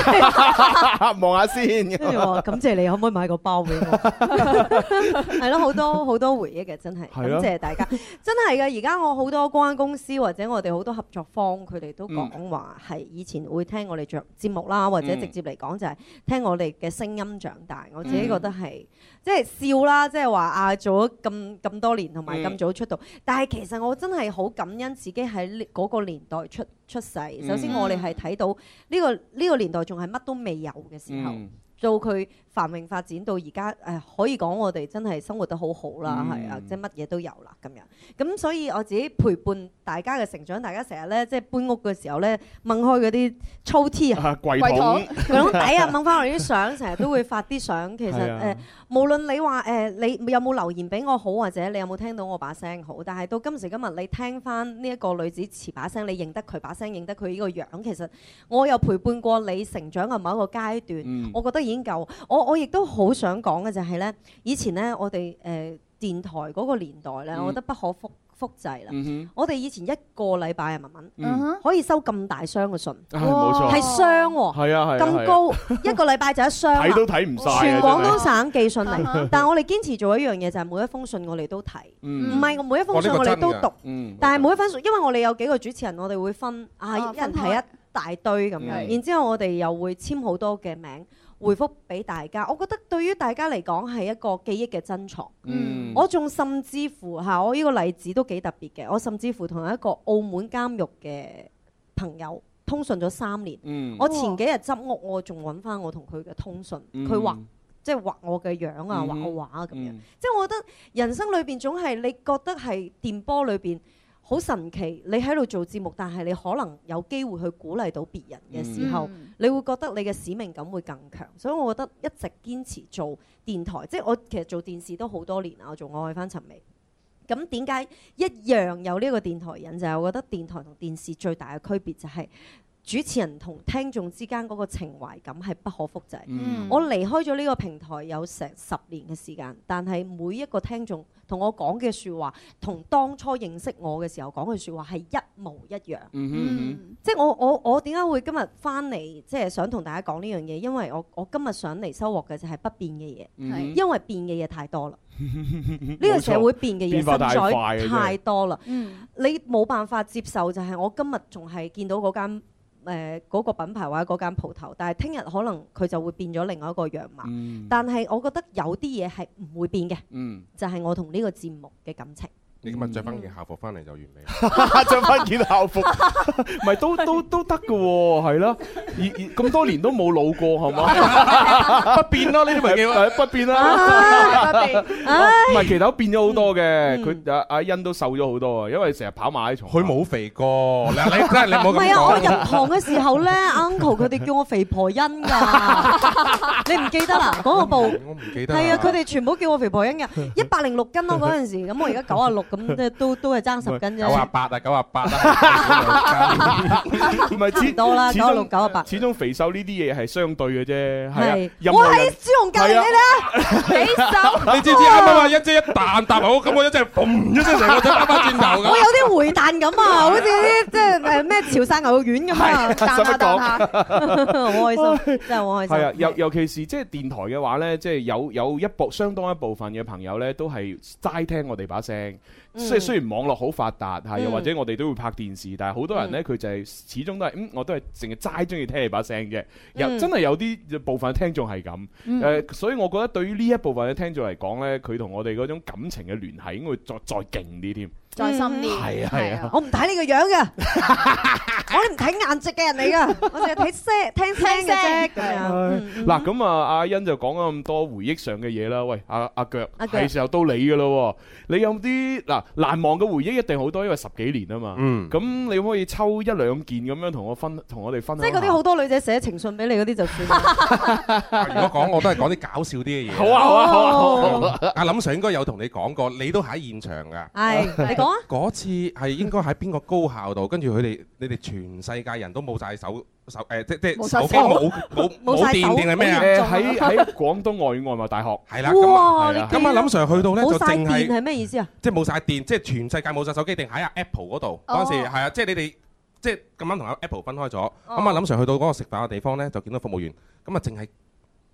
嚟。
望下先。
跟住我話感謝你，可唔可以買個包俾我？ 係咯，好多好多回憶嘅，真係
係
感
咯
謝大家，真係嘅。而家我好多公關公司或者我哋好多合作方，佢哋
嗯
都講話係以前會聽我哋著節目啦，或者
嗯
直接嚟講就係聽我哋嘅聲音長大。我
嗯
自己覺得係即係笑啦，即係話啊，做咗咁咁多年，同埋
嗯
咁早出道，但係其實我真係好感恩自己喺呢嗰個年代出出世。首先
嗯
我哋係睇到呢個呢個年代仲係乜都未有嘅時候。
嗯
到佢繁榮發展到而家，誒、可以講我哋真係生活得好好啦，係啊、
嗯
即係乜嘢都有啦咁樣。咁所以我自己陪伴大家嘅成長，大家成日咧即係搬屋嘅時候咧，掹開嗰啲粗 T 啊、
啊，櫃
櫃
桶
桶。
櫃桶底啊，掹翻我哋啲相，成日都會發啲相。其實
係
誒、
啊
無論你話誒、你有冇留言俾我好，或者你有冇聽到我把聲好，但係到今時今日，你聽翻呢一個女子詞把聲，你認得佢把聲，認得佢呢個樣，其實我又陪伴過你成長嘅某一個階段。
嗯
我覺得已經夠。我我亦都好想講嘅就係咧，以前咧我哋誒、呃、電台嗰個年代咧，
嗯
我覺得不可複複製啦。
嗯
我哋以前一個禮拜啊，文文
哼，嗯，
可以收咁大箱嘅信，
唉冇錯，
哇
係箱喎，
哦係啊係啊係
咁
啊
高一個禮拜就一箱啊
睇都睇唔晒啊，真
全
係
廣東省寄信
啊哈
嚟，但係我哋堅持做一樣嘢，就係每一封信我哋都睇，唔
嗯
係我每一封
哦
信
呢個
我哋
真
都
㗎
讀，
嗯，
但係每一封信，因為我哋有幾個主持人，我哋會分啊，
啊
一人
分
睇
開
一大堆咁樣，
嗯
然之後我哋又會簽好多嘅名回覆俾大家。我覺得對於大家嚟講係一個記憶嘅珍藏。
嗯
我仲甚至乎嚇，我呢個例子都幾特別嘅。我甚至乎同一個澳門監獄嘅朋友通訊咗三年。
嗯
我前幾日執屋，我仲揾翻我同佢嘅通訊，
嗯
佢畫即係畫我嘅樣啊，
嗯
畫我畫啊咁樣。
嗯
即係我覺得人生裏邊總係你覺得係電波裏邊好神奇，你喺度做節目，但係你可能有機會去鼓勵到別人嘅
嗯
時
嗯
候，你會覺得你嘅使命感會更強。所以我覺得一直堅持做電台，即係我其實做電視都好多年啦，我做我愛翻尋味。咁點解一樣有呢個電台人？就係、我覺得電台同電視最大嘅區別就係主持人同聽眾之間嗰個情懷感係不可複製。
嗯
我離開咗呢個平台有成十年嘅時間，但係每一個聽眾同我講嘅説話，同當初認識我嘅時候講嘅説話係一模一樣。
嗯哼嗯
嗯
即係我我我點解會今日翻嚟，即係想同大家講呢樣嘢？因為我我今日想嚟收穫嘅就係不變嘅嘢，
嗯
係
哼
因為變嘅嘢太 多啦。呢
冇
個
錯
社會變嘅嘢
變化太快啊
實在太多啦。
嗯
你冇辦法接受就係我今日仲係見到嗰間誒嗰個品牌或者嗰間鋪頭，但係聽日可能佢就會變咗另外一個樣貌。
嗯
但係我覺得有啲嘢係唔會變嘅，
嗯
就係、我同呢個節目嘅感情。
你咪着翻件校服翻嚟就完美。
着翻件校服，唔係都都都得嘅喎，係啦，而而咁多年都冇老過，係嘛？不變咯，呢啲咪叫不變啦。
啊
唔係，其實我變咗好多嘅，佢阿阿欣都瘦咗好多啊，因為成日跑馬拉松。啊
佢冇 肥過，嗱你真係你冇
唔係
咁
啊！我
講。
入行嘅時候咧，uncle 佢哋叫我肥婆 欣㗎，你唔記得啦？嗰個部
我唔記得啦。
係啊，佢哋全部叫我肥婆欣 㗎，一百零六斤咯嗰陣時，咁我而家九啊六，咁即係都都係爭十斤
九
啫，
啊八啊，九啊 八啊。
唔係
差
始
唔多啦，
始
九啊六、
終
九啊八。
始終肥瘦呢啲嘢係相對嘅啫，係
係
啊，，任
我
何
喺
人。
朱紅隔離 你咧，
你知唔知啱啱啊？一姐一彈彈我，咁我一隻嘣一聲成個仔翻翻轉頭
我有
咁。
啲回彈咁 啊，好似啲即係誒咩潮汕牛肉丸咁啊，彈下 彈下，好開心，真係好開心。
係啊，尤尤其是即係電台嘅話呢，即係有有一部相當一部分嘅朋友呢，都係齋聽我哋把聲。
嗯
雖雖然網絡好發達嚇，又
嗯
或者我哋都會拍電視，但係好多人呢，佢就係始終都係嗯，我都係淨係齋中意聽你把聲啫。有
嗯
真係有啲部分聽眾係咁誒，所以我覺得對於呢一部分嘅聽眾嚟講呢，佢同我哋嗰種感情嘅聯繫應該會再再勁啲添。
再深啲，
係啊係啊
我唔睇你個樣嘅，我唔睇顏值嘅人嚟噶，我淨係睇聲聽聲嘅啫咁樣。
嗱咁啊，阿欣就講咗咁多回憶上嘅嘢啦。喂，阿阿腳
阿腳
係時候到你噶咯喎，你有啲嗱難忘嘅回憶一定好多，因為十幾年啊嘛。
嗯，
咁你可唔可以抽一兩件咁樣同我分，同我哋分享
即
下？
係嗰啲好多女仔寫情信俾你嗰啲就算啦。
如果講我都係講啲搞笑啲嘅嘢。
好啊好啊好啊好啊！
哦，
阿林 Sir 應該有同你講過，你都喺現場㗎。
係你講啊，
嗰次係應該喺邊個高校度，跟住佢哋你哋全世界人都冇晒手手誒，即即
冇晒
手機
手
冇冇
冇
冇
晒手
電定係咩啊？
誒喺喺廣東外語外貿大學，
係啦，咁啊
哇！你
係啦
咁啊，林 Sir 去到
冇
咧就
晒
淨
電
係
係咩意思啊？
即冇晒電，即全世界冇晒手機，定喺阿 Apple 嗰度。
哦
當時係啊，即你哋即咁啱同阿 Apple 分開咗。咁啊，林 Sir 去到嗰個食飯嘅地方咧，就見到服務員，咁啊，淨係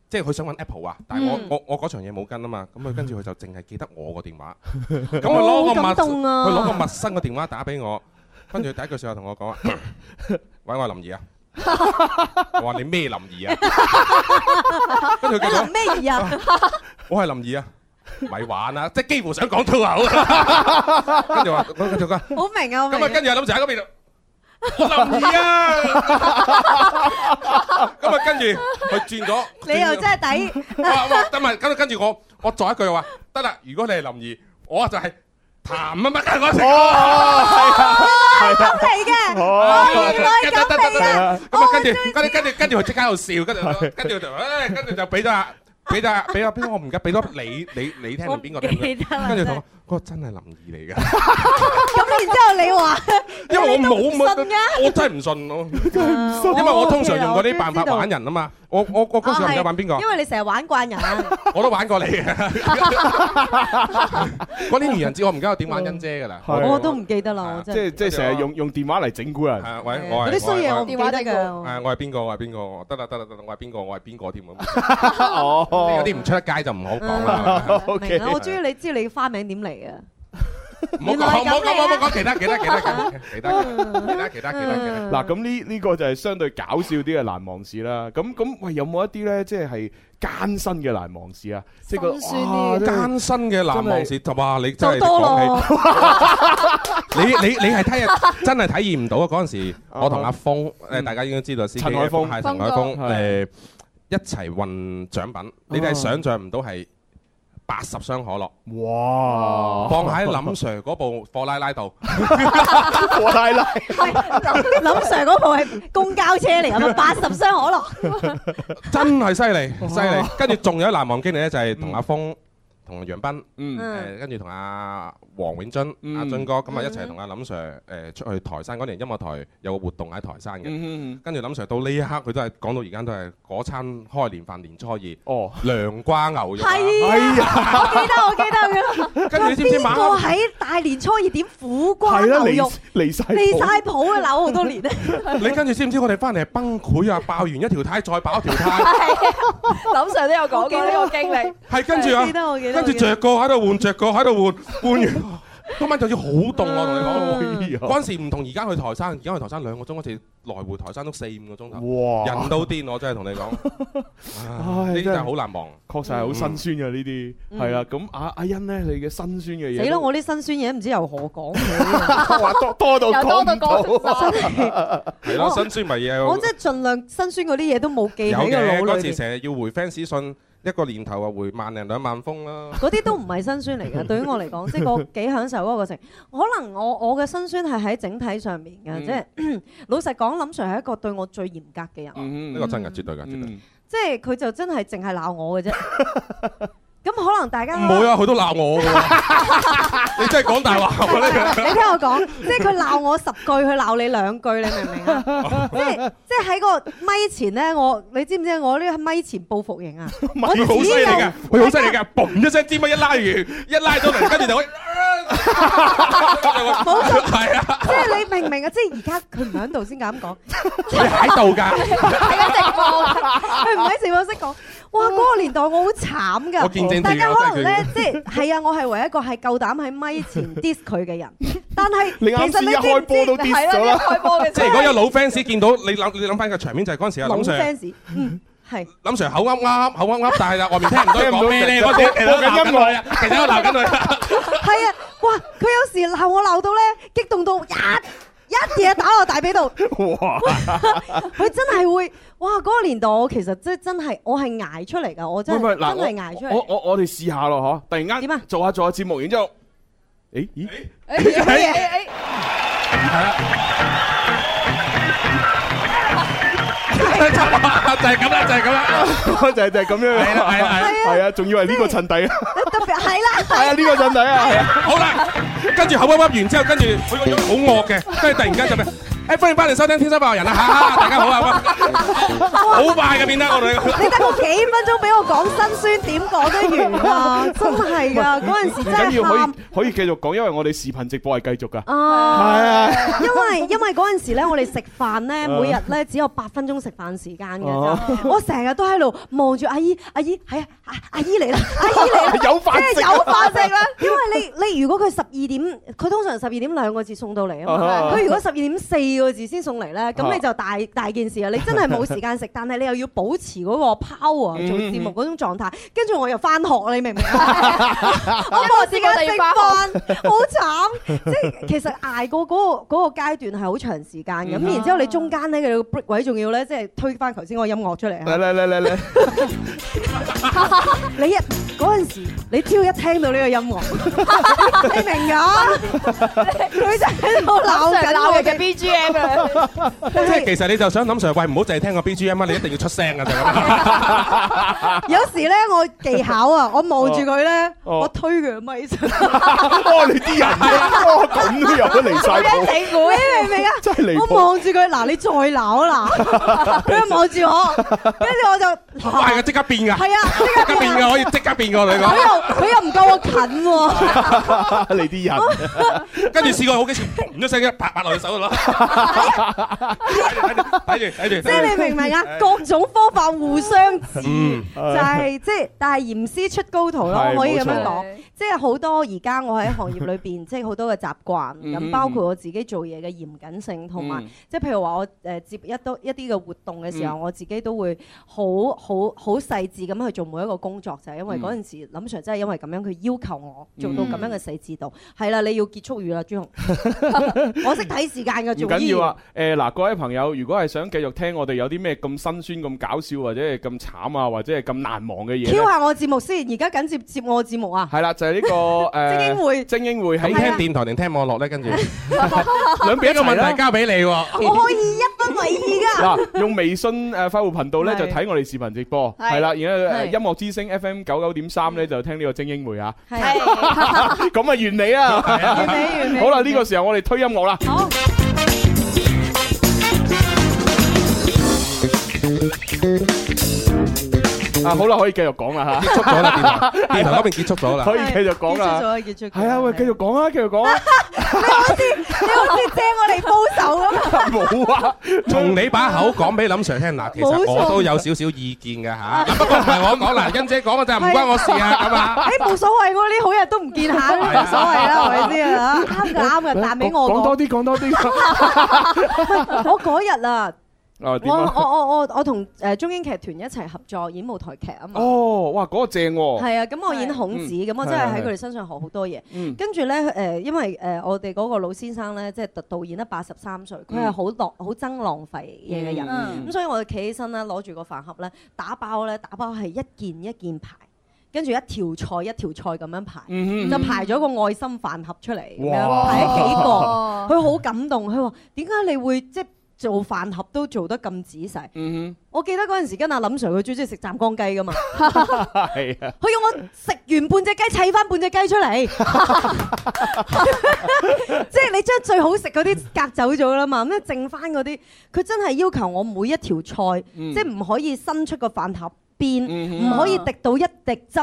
即佢想揾 Apple 啊，但係
嗯
我我我嗰場嘢冇跟啊嘛，咁佢跟住佢就淨係記得我 個電話，咁
哦
佢攞
好
個陌
感動啊
佢攞個陌生嘅電話打俾我，跟住第一句説話同 我講啊，喂，我係林怡啊，我話你咩林 怡啊？跟住佢
你
講
林咩儀啊？
我係 林怡啊，咪玩啊，即係幾乎想講粗口啊，跟住話跟住佢話
好明啊，我
咁啊，
明。
跟住阿林 Sir 喺嗰邊 就。我林怡啊！咁啊，跟住佢轉咗，
你又真係抵，
哇哇，得咪跟住跟住我，我再一句話，得啦，如果你係林怡，我就係譚啊乜嘅嗰啊
咁 嚟嘅。
啊
哦，
原來哎哦係咁嚟嘅
咁啊，跟住跟住跟住跟住佢即刻喺度笑，跟住跟住就誒，跟住就俾咗啊，俾咗啊，俾咗俾咗我唔記得，俾咗你你你聽定邊個聽？
得啦
跟
真
住同
係
我，嗰個真係林怡嚟 嘅，
咁然之後你話，
因為我冇
你都唔信㗎
乜，我真係唔信咯。
因
因為我通常用嗰啲辦法玩人啊嘛，我我我嗰時唔記得玩邊個
哦因，為你成日玩慣人，
我都玩過你 嘅。嗰年愚人節我唔記得我點玩欣姐㗎啦，
係
我都唔記得啦，我
即
真係
係。即係成日用用電話嚟整蠱人
係。啊，喂，我
嗰啲衰嘢我唔記得㗎。
誒，我係邊個？我係邊個？得啦，得啦，得啦，我係邊個？我係邊個添咁？有
哦
啲唔出得街就唔好講啦，
O
明
K，
啦，我中意你知你花名點嚟嘅。
唔好講，唔好講，唔好講其他，其他，其他，其他，其他，其他，其他，
Ừ.
其
嗱咁呢呢個就係相對搞笑啲嘅難忘事啦。咁咁喂，有冇一啲呢？即係艱辛嘅難忘事啊？即係個
心酸
哇
啲
他。
真係
艱辛嘅難忘事就話你真
做
係
多
講
咯
起，，你你你係睇真係體驗唔到啊！嗰陣時，我同阿峰誒，大家應該知道司機
陳海峰
係陳海峰
峰哥
誒一齊運獎品，你哋係想像唔到係八十箱可樂
哇！
放喺林 Sir 嗰部貨拉拉度。
我太拉，
林 Sir 嗰部係公交車嚟，咁啊八十箱可樂，
真係犀利，犀利！跟住仲有一難忘經歷咧，就係同阿峰、同楊斌，
嗯，
嗯
誒跟住同阿黃永津、
嗯
阿津哥，咁啊
嗯
一齊同阿林 Sir 誒出去台山嗰年音樂台有個活動喺台山嘅。
嗯，
跟住林 Sir 到呢一刻，佢都係講到而家都係嗰餐開年飯年 初二
哦，
涼瓜牛肉啊。
係啊，我記得我記得佢。
跟住你知唔知
邊
晚
個啊
黑
喺大年初二點苦瓜
係啦，
牛肉
離？離晒
離
譜
晒譜啊！鬧好多年啊，
你跟住知唔知我哋翻嚟係崩潰啊？爆完一條呔再爆一條 呔，
林 Sir 都有講過呢個經歷，
係跟住
記
啊，
得我記得。
跟住着過喺度換，着過喺度換，換完今晚就要好凍我同你講。
哎呀
嗰陣時唔同而家去台山，而家去台山兩個鐘，嗰時來回台山都四五個鐘頭，人
哇！
都癲，我真係同你講，唉
唉
呢啲
真
真
係
係好難忘。
確實係好辛酸嘅呢啲，
嗯
係啦。咁阿阿欣咧，你嘅辛酸嘅嘢
死咯！
都
我啲辛酸嘢唔知由何講起，
哇多多到
又多
講
到
唔
講
到啊。
真係
係啦，
我
辛酸咪嘢。
我真係盡量辛酸嗰啲嘢都冇記
有
喺個
嘅，
腦
嗰
裏
時
邊。
成日要回 fans 信，一個年頭啊回萬零兩萬封啦。
嗰啲都唔係辛酸嚟 嘅，對於我嚟講，即係我幾享受嗰個過程。可能我我嘅辛酸係喺整體上面
嗯
嘅，即係 老實講，林 Sir 係一個對我最嚴格嘅人。
嗯
呢個真嘅，絕對嘅，絕對。
嗯
即係佢就真係淨係鬧我 嘅啫。咁可能大家
唔會啊，佢都鬧我嘅喎你真係講大話喎呢個
你聽我講，即係佢鬧我十句，佢鬧你兩句，你明唔明 啊？即係即係喺個咪前咧，我你知唔知我呢個咪前報復型啊？我
佢好犀利
只有
㗎，佢好犀利㗎，嘣一聲尖乜一拉完，一拉咗嚟，跟住就可以
冇錯，
係啊，
即係你明唔明啊？即係而家佢唔喺度先敢講，
佢喺度㗎，
喺緊直播，佢唔喺直播識講。哇！嗰個年代我好慘㗎，
我見證住㗎
大家可能咧
真，
即係係啊，我係唯一一個係夠膽喺咪前 diss 佢嘅人。但係
你啱
其實
先
你
一
知
開
唔
波都
知
跌咗啦。
開波嘅
即係如果有老 fans 見到你諗，你諗翻個場面就係嗰陣時啊，
老
林 Sir。
fans？嗯，係。
林 Sir 口啱啱，口啱啱，但係啦，外面聽唔到佢講咩咧，
聽唔
嗰
到
啲其實我
播緊
鬧緊
音樂
佢啊，其實我鬧緊佢。
係啊，哇！佢有時鬧我鬧到咧，激動到一一嘢打落大髀度，
哇！
佢真係會哇！嗰、個年代我其實即係真係我係捱出嚟㗎，我真
喂喂
係
嗱
真係捱出
我
嚟。
我我哋試下咯，嗬！突然
點啊
間做下做下節目，然之後，誒咦？
誒誒誒誒
就係咁啦，就係咁啦。
就係就係咁樣，
係啦係啦係啦
係啊，仲以為呢個襯底啊，
特別係啦，
係啊，呢個襯底啊，係啊，
好啦，跟住口噏噏完之後，跟住佢個樣好惡嘅，跟住突然間就咩？誒，歡迎翻嚟收聽《天生快活人》啦！嚇，大家好啊！好快嘅變得我哋，
你得個幾分鐘俾我講辛酸，點講都 完啊！真係㗎，嗰陣時
唔
真
緊
係
要，可
喊
以可以繼續講，因為我哋視頻直播係繼續噶，係
啊！
啊，
因為因為嗰陣時咧，我哋食飯咧，
啊
每日咧只有八分鐘食飯時間嘅
哦
咋。我成日都喺度望住阿姨，阿姨係啊，阿阿姨嚟啦，阿姨嚟啦，
有
即
飯
係
食
有
啊，
飯食啦。因為你你如果佢十二點，佢通常十二點兩個字送到嚟啊嘛。
啊
佢如果十二點四個字先送嚟咧，咁
啊
你就大大件事啊！你真係冇時間食，但係你又要保持嗰個
嗯
power 做節目嗰種狀態。跟住我又翻學，你明唔 明啊？我冇時間食飯，好慘。即係其實捱過嗰個嗰個階段係好長時間嘅。
嗯
咁然之後你中間咧，佢個 break 位仲要咧，即係推翻頭先嗰個音樂出嚟啊。
嚟嚟嚟嚟嚟，
你一嗰陣時，你只要一聽到呢個音樂， 你明㗎？佢就喺度鬧 緊
鬧
我
嘅
嘅
BGM 啊！
即係 其實你就想諗 Sir，喂，唔好淨係聽個 BGM 啊，你一定要出聲啊，就係咁。
有時咧，我技巧啊，我望住佢咧，
哦
我推佢個咪出嚟，
哦，你啲人啊，哦，咁都有得離晒譜，
你估你明唔明啊？
真係離
我
譜，
望住佢，嗱，你再鬧啦，佢就望住我，跟住我就
快嘅，即刻變㗎，
係啊，即
即
刻
刻變
變
㗎，
啊！
可以即刻變㗎，我同你
佢
講。
又佢又唔夠我近喎，
你啲人，
跟住試過好幾次，唔咗聲一拍拍落你手度咯。睇住睇住
即係
睇
你
住。
明唔明啊？各種方法互相指，
嗯，
就係即係，但係嚴師出高徒咯，
呃係
我可以咁樣
冇
講。即係好多而家我喺行業裏邊，即係好多嘅習慣，
嗯
咁包括我自己做嘢嘅嚴謹性，同埋即係譬如話我誒接一多一啲嘅活動嘅
嗯
時候，我自己都會好好好細緻咁去做每一個工作，就係因
嗯
為嗰陣時林 Sir 真係因為咁樣，佢要求我做到咁樣嘅細緻度。係啦，你要結束語 啦，朱紅，我識睇時間嘅，
唔
做醫
緊要啊，誒嗱，各位朋友，如果係想繼續聽我哋有啲咩咁辛酸、咁搞笑或者係咁慘啊，或者係咁難忘嘅嘢
Q
呢，
下我節目先，而家緊接接我節目啊！
係啦，就係 呢個
精英
誒
會，
精英會喺
咁聽電台定聽網絡咧？跟住呢
兩邊一
個
齊
問
啦
題。交俾你喎。
我可以一分為二噶。
嗱，用微信誒快活頻道咧
係
就睇我哋視頻直播，
係
係啦，然後誒
係
音樂之聲 FM 九九點三咧就聽呢個精英會啊，
係，
咁啊完你啊！
完美完 美。
好啦，呢個時候我哋推音樂啦，
好。
啊啊，好啦，可以繼續講 啦
結束咗啦，電台電台嗰邊結束咗
吓，
啦。
可以繼續講啦。
結束咗，結束咗。
係啊，喂，繼續講啊，繼續 講啊，
你好似借我嚟報仇咁。
冇啊，
從你把口講俾林 Sir 聽嗱，其實
冇錯
我都有少少意見嘅嚇，不過唔係我講嗱，欣姐講嘅咋，唔關我事啊咁啊。
啊誒，冇所謂喎，呢好日都唔見下，冇所謂啦，係咪先啊？啱嘅，啱嘅，彈俾我講。
講多啲，講 多啲。
我嗰日啊，
啊，點
我
啊？
我我我我同誒中英劇團一齊合作演舞台劇啊嘛。
哦，哇，嗰個正喎。
係啊，咁我演孔子，咁我真係
係係
喺佢哋身上學好多嘢。
嗯，
跟住咧，誒，因為誒我哋嗰個老先生咧，即係導演咧，八十三歲，佢係
嗯
好浪好憎浪費嘢嘅人，啊
嗯
咁所以我就企起身啦，攞住個飯盒咧，打包咧，打包係一件一件排，跟住一條菜一條菜咁樣排，
嗯
就排咗個愛心飯盒出嚟，咁樣
哇
排咗幾個。
哦，
佢好感動，佢話：點解你會即係做飯盒都做得咁仔細？
嗯
我記得嗰陣時跟阿林 Sir 佢最中意食湛江雞 噶嘛，
哼，係啊，
佢要我食完半隻雞砌翻半隻雞出 嚟，即係你將最好食嗰啲隔走咗啦嘛，咁剩翻嗰啲，佢真係要求我每一條菜，
嗯
即係唔可以伸出個飯盒邊，唔、
嗯
哼
可以滴到一滴汁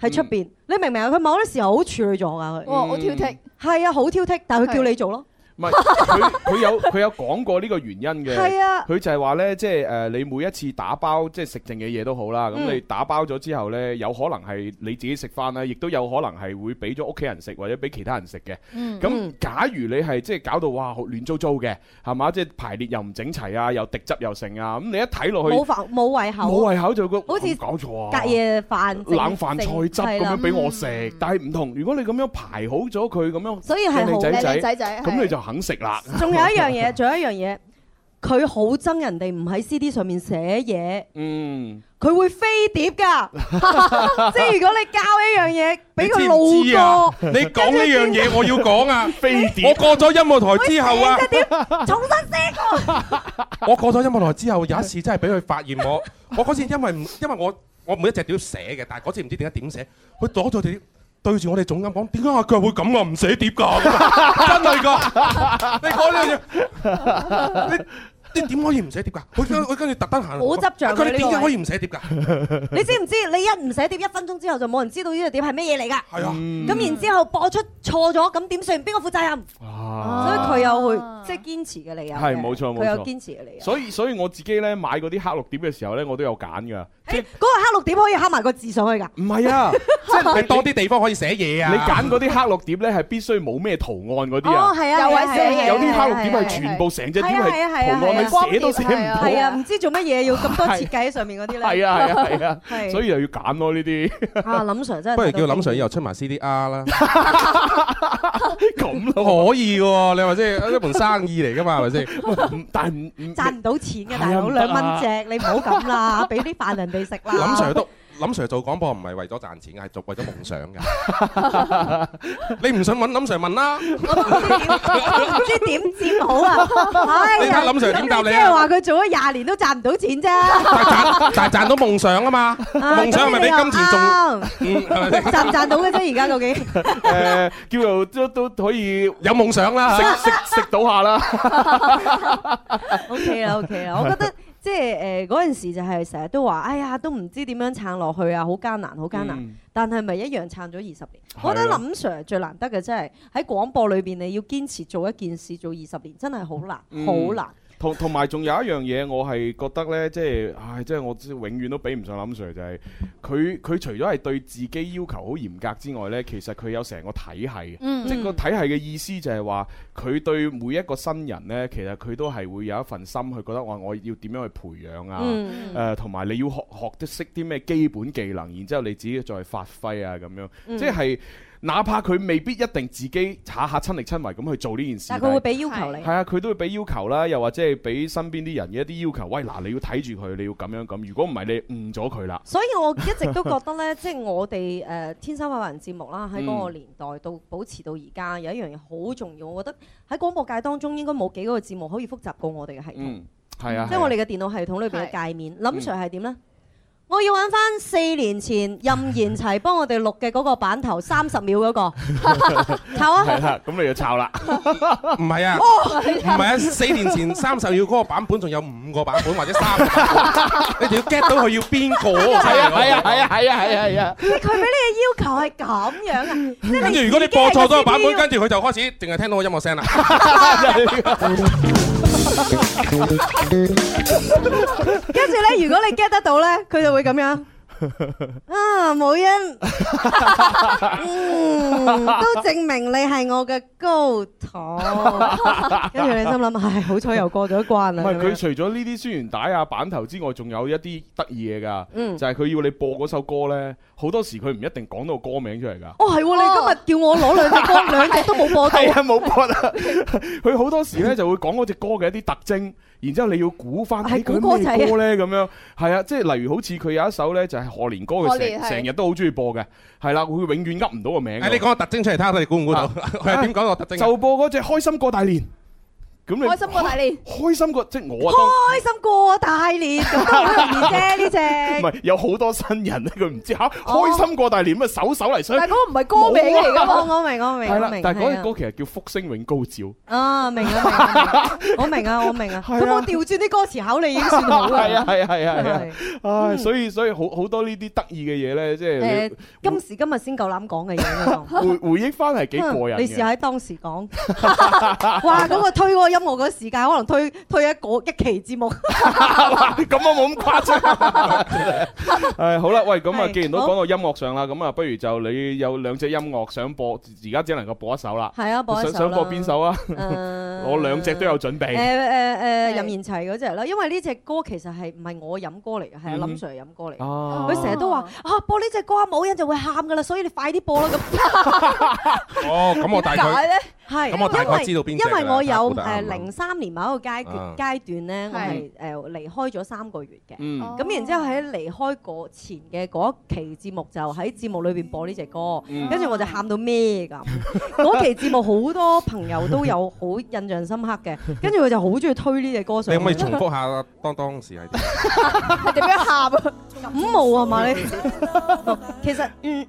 喺出邊。你明唔明啊？佢某啲時候好處女座㗎，佢
哦
哇，好挑剔，
係啊，好挑剔，但係佢叫你做咯，
唔係佢佢 有佢有講過呢個原因嘅。
係啊。
佢就係話呢，即係誒，你每一次打包即係食剩嘅嘢都好啦，咁、
嗯
你打包咗之後呢，有可能係你自己食翻啦，亦都有可能係會俾咗屋企人食或者俾其他人食嘅。
嗯
咁、假如你係即係搞到哇好亂糟糟嘅，係嘛？即係排列又唔整齊啊，又滴汁又剩啊，咁你一睇落去
冇飯冇胃口，
冇胃口就覺得
好似
哇搞錯啊！
隔夜飯剩
冷飯菜汁咁
係
樣
啦
俾我食，但係唔同。如果你咁樣排好咗佢咁樣，
所以係
靚
好
靚
叻。
仔
靚仔仔，
咁你就肯食啦。
仲有一樣嘢， 仲有一樣嘢，佢好憎人哋唔喺 CD 上面寫嘢，
嗯，
佢會飛 碟㗎。即係如果你教一樣嘢俾佢
你知唔知啊
路
你講呢樣嘢，我要 講啊！
飛
我
碟
過咗音樂台之後啊，
過，重新寫過。
我過咗音樂台之後，有一次真係俾佢發現我，我嗰次因為唔因為我我每一隻碟寫嘅，但係嗰次唔知點解點寫，佢攞咗碟。對住我哋總監講：點解阿腳會咁啊？唔寫碟㗎，咁啊真係㗎！你講呢樣嘢，你你點可以唔寫碟㗎？佢跟佢跟住特登行嚟，
好執着
阿腳你
佢呢
點解
個
可以唔寫碟㗎？
你知唔知？你一唔寫碟，一分鐘之後就冇人知道呢個碟係咩嘢嚟㗎。
係啊，
嗯
咁然之後播出錯咗，咁點算？邊個負責任？
啊
所以佢有會
啊
即係堅持嘅理由嘅。
係冇錯冇錯
佢有堅持嘅理由。
所以所以我自己咧買嗰啲黑綠碟嘅時候咧，我都有揀噶。即係
嗰個黑綠碟可以刻埋個字上去㗎。
唔係 啊？即係
你
你
多啲地方可以寫嘢啊！
你揀嗰啲黑綠碟咧，係必須冇咩圖案嗰啲
哦，
啊。
係啊，
有位
係啊
寫嘢
係啊
有啲黑
係啊
綠碟
係啊
係全部成隻碟
係啊係啊
係
係啊
圖
係
案，
啊
你寫都寫唔
係啊
到。
係啊，唔知做乜嘢要咁多設計喺上面嗰啲咧。
係啊係啊係啊，
係
所以又要揀咯呢 啲
啊，林 Sir 真係
不如叫林 Sir 以後出埋 CDR 啦，
咁
可
咯。
以喎！你話即係一盤生意嚟㗎嘛，係咪先？
唔但係唔唔
賺唔到錢
係啊
嘅大佬，
唔得
兩
啊
蚊隻，你唔好咁啦，俾啲飯人哋食啦。
林 Sir 都林 Sir 做廣播唔係為咗賺錢嘅，係做為咗夢想嘅。你唔想揾林 Sir 問啦，你
我唔知點，我 唔知點接好啊！哎
睇
呀，
下林 Sir 點
即
答你
係
啊？
話佢做咗廿年都賺唔到錢 啫。啊
但係賺但係賺到夢想啊嘛，夢想係咪比金錢重？嗯係咪先
賺唔賺到嘅啫？而家究竟
誒叫做都都可以
有夢想 啦嚇
食食食到下啦。
？OK 啦，OK 啦，我覺得。即係誒呃嗰陣時就係成日都話，哎呀都唔知點樣撐落去啊，好艱難，好艱難。
嗯
但係咪一樣撐咗二十年？
係啊
我覺得林 Sir 最難得嘅真係喺廣播裏邊，你要堅持做一件事做二十年，真係好難，
嗯
好難。
同同埋仲有一樣嘢，我係覺得呢，即係，唉，即係我真係永遠都比唔上林 Sir，就係佢佢除咗係對自己要求好嚴格之外呢，其實佢有成個體系嘅，
嗯
即係個體系嘅意思就係話，佢對每一個新人呢，其實佢都係會有一份心去覺得話，我要點樣去培養啊。
嗯，
誒同埋你要學學得識啲咩基本技能，然之後你自己再發揮啊咁樣，
嗯
即係哪怕佢未必一定自己下下親力親為咁去做呢件事，
但係佢會俾要求你
係。啊，佢都會俾要求啦，又或者係俾身邊啲人嘅一啲要求。喂，嗱，你要睇住佢，你要咁樣咁。如果唔係，你誤咗佢啦。
所以我一直都覺得呢， 即係我哋誒、呃天生發人節目
嗯
啦，喺嗰個年代到保持到而家，有一樣嘢好重要。我覺得喺廣播界當中應該冇幾個節目可以複雜過我哋嘅系統，
嗯，係啊，
即係我哋嘅電腦系統裏邊
係
嘅界面。林 Sir 係點呢？我要揾翻四年前任賢齊幫我哋錄嘅嗰個版頭，三十秒 嗰個，炒
系
啊！
啦，咁你就抄啦。
唔係啊，唔係啊，四年前三十秒嗰個版本仲有五個版本或者三個版本，你哋要 get 到佢要邊個喎？
係
係
啊，係啊，係啊，係啊，係啊，係啊。
佢俾你嘅要求係咁樣啊！即係
跟
你
住如果你播錯咗個版
自己
本，
係個
跟住佢就開始淨係聽到個音樂聲啦。
跟住咧，如果你 get 得到咧，佢就會 咁樣。啊，冇恩， 嗯，都證明你係我嘅 高徒。跟住你心諗，唉，好彩又過咗一關
唔
啦。
係
咁
佢
樣
除咗呢啲宣傳帶啊、版頭之外，仲有一啲得意嘢㗎。
嗯
就係佢要你播嗰首歌咧，好多時佢唔一定講到歌名出嚟㗎。
哦，係喎，你今日叫我攞兩 隻歌，兩隻都冇播到。
係啊，冇播啦。佢好多時咧就會講嗰只歌嘅一啲特徵，然之後你要估翻係
係
佢
估歌仔啊
咩歌咧咁樣。係啊，即係例如好似佢有一首咧就係賀年歌，佢
賀年
成
係
成日都好中意播嘅。係啦，佢永遠噏唔到個名㗎。
誒，哎你講個特徵出嚟睇下，你估唔估到？佢係點講個特徵啊？
就播嗰只開心過大年。咁你
開心過大年，
開心過即係我啊當。
開心過大年咁都好容易啫，呢
唔
只。
係有好多新人咧，佢唔知嚇
哦
開心過大年咪手手嚟想
但係嗰個唔係歌名嚟㗎嘛。
我我明我明
係
我
啦
明，，
但係嗰
係啊
隻歌其實叫《福星永高照》，
啊，明啊明啊，明啊我明啊我明啊，
係啊
咁我調轉啲歌詞考你已經算好 啦。
係啊係啊係啊係啊
係，
唉，所以所以好好多呢啲得意嘅嘢咧，即係
誒，今時今日先夠膽講嘅嘢嗰
你回回憶翻係 幾過
種
癮
嗯你試
嘅。
下喺當時講， 哇！嗰個推嗰個音樂嗰時間，可能推推一個一期節目，
咁我冇咁誇張。誒好啦，喂，咁啊，
係
既然都講到音樂上啦，咁啊，不如就你有兩隻音樂想播，而家只能夠播一首啦。
係啊，播一
想
首
想播邊？ 首啊？
我
我兩隻都有準
誒誒誒
備。
任賢齊嗰只啦，因為呢只歌其實係唔係我飲歌嚟嘅，係阿
嗯哼
林 Sir 飲歌嚟嘅。
啊
佢成日都話啊播呢只歌啊冇人就會喊噶啦，所以你快啲播啦咁。
哦，咁我大
點解
概
咧？
係，
咁我大概知道邊
因
隻㗎啦
為我有
差唔多
誒
啱啱
零三年某一個階
啊
段階段咧，我
係
係誒離開咗三個月嘅。
嗯
哦
咁然之後喺離開嗰前嘅嗰一期節目就喺節目裏邊播呢只歌，
嗯
跟住我就喊到 咩咁。嗰期節目好多朋友都有好印象深刻嘅，跟住佢就好中意推呢只歌上
你
嚟。
可唔可以重複下當當 時係點？
係點樣喊啊？
感冒啊嘛？你 其實嗯。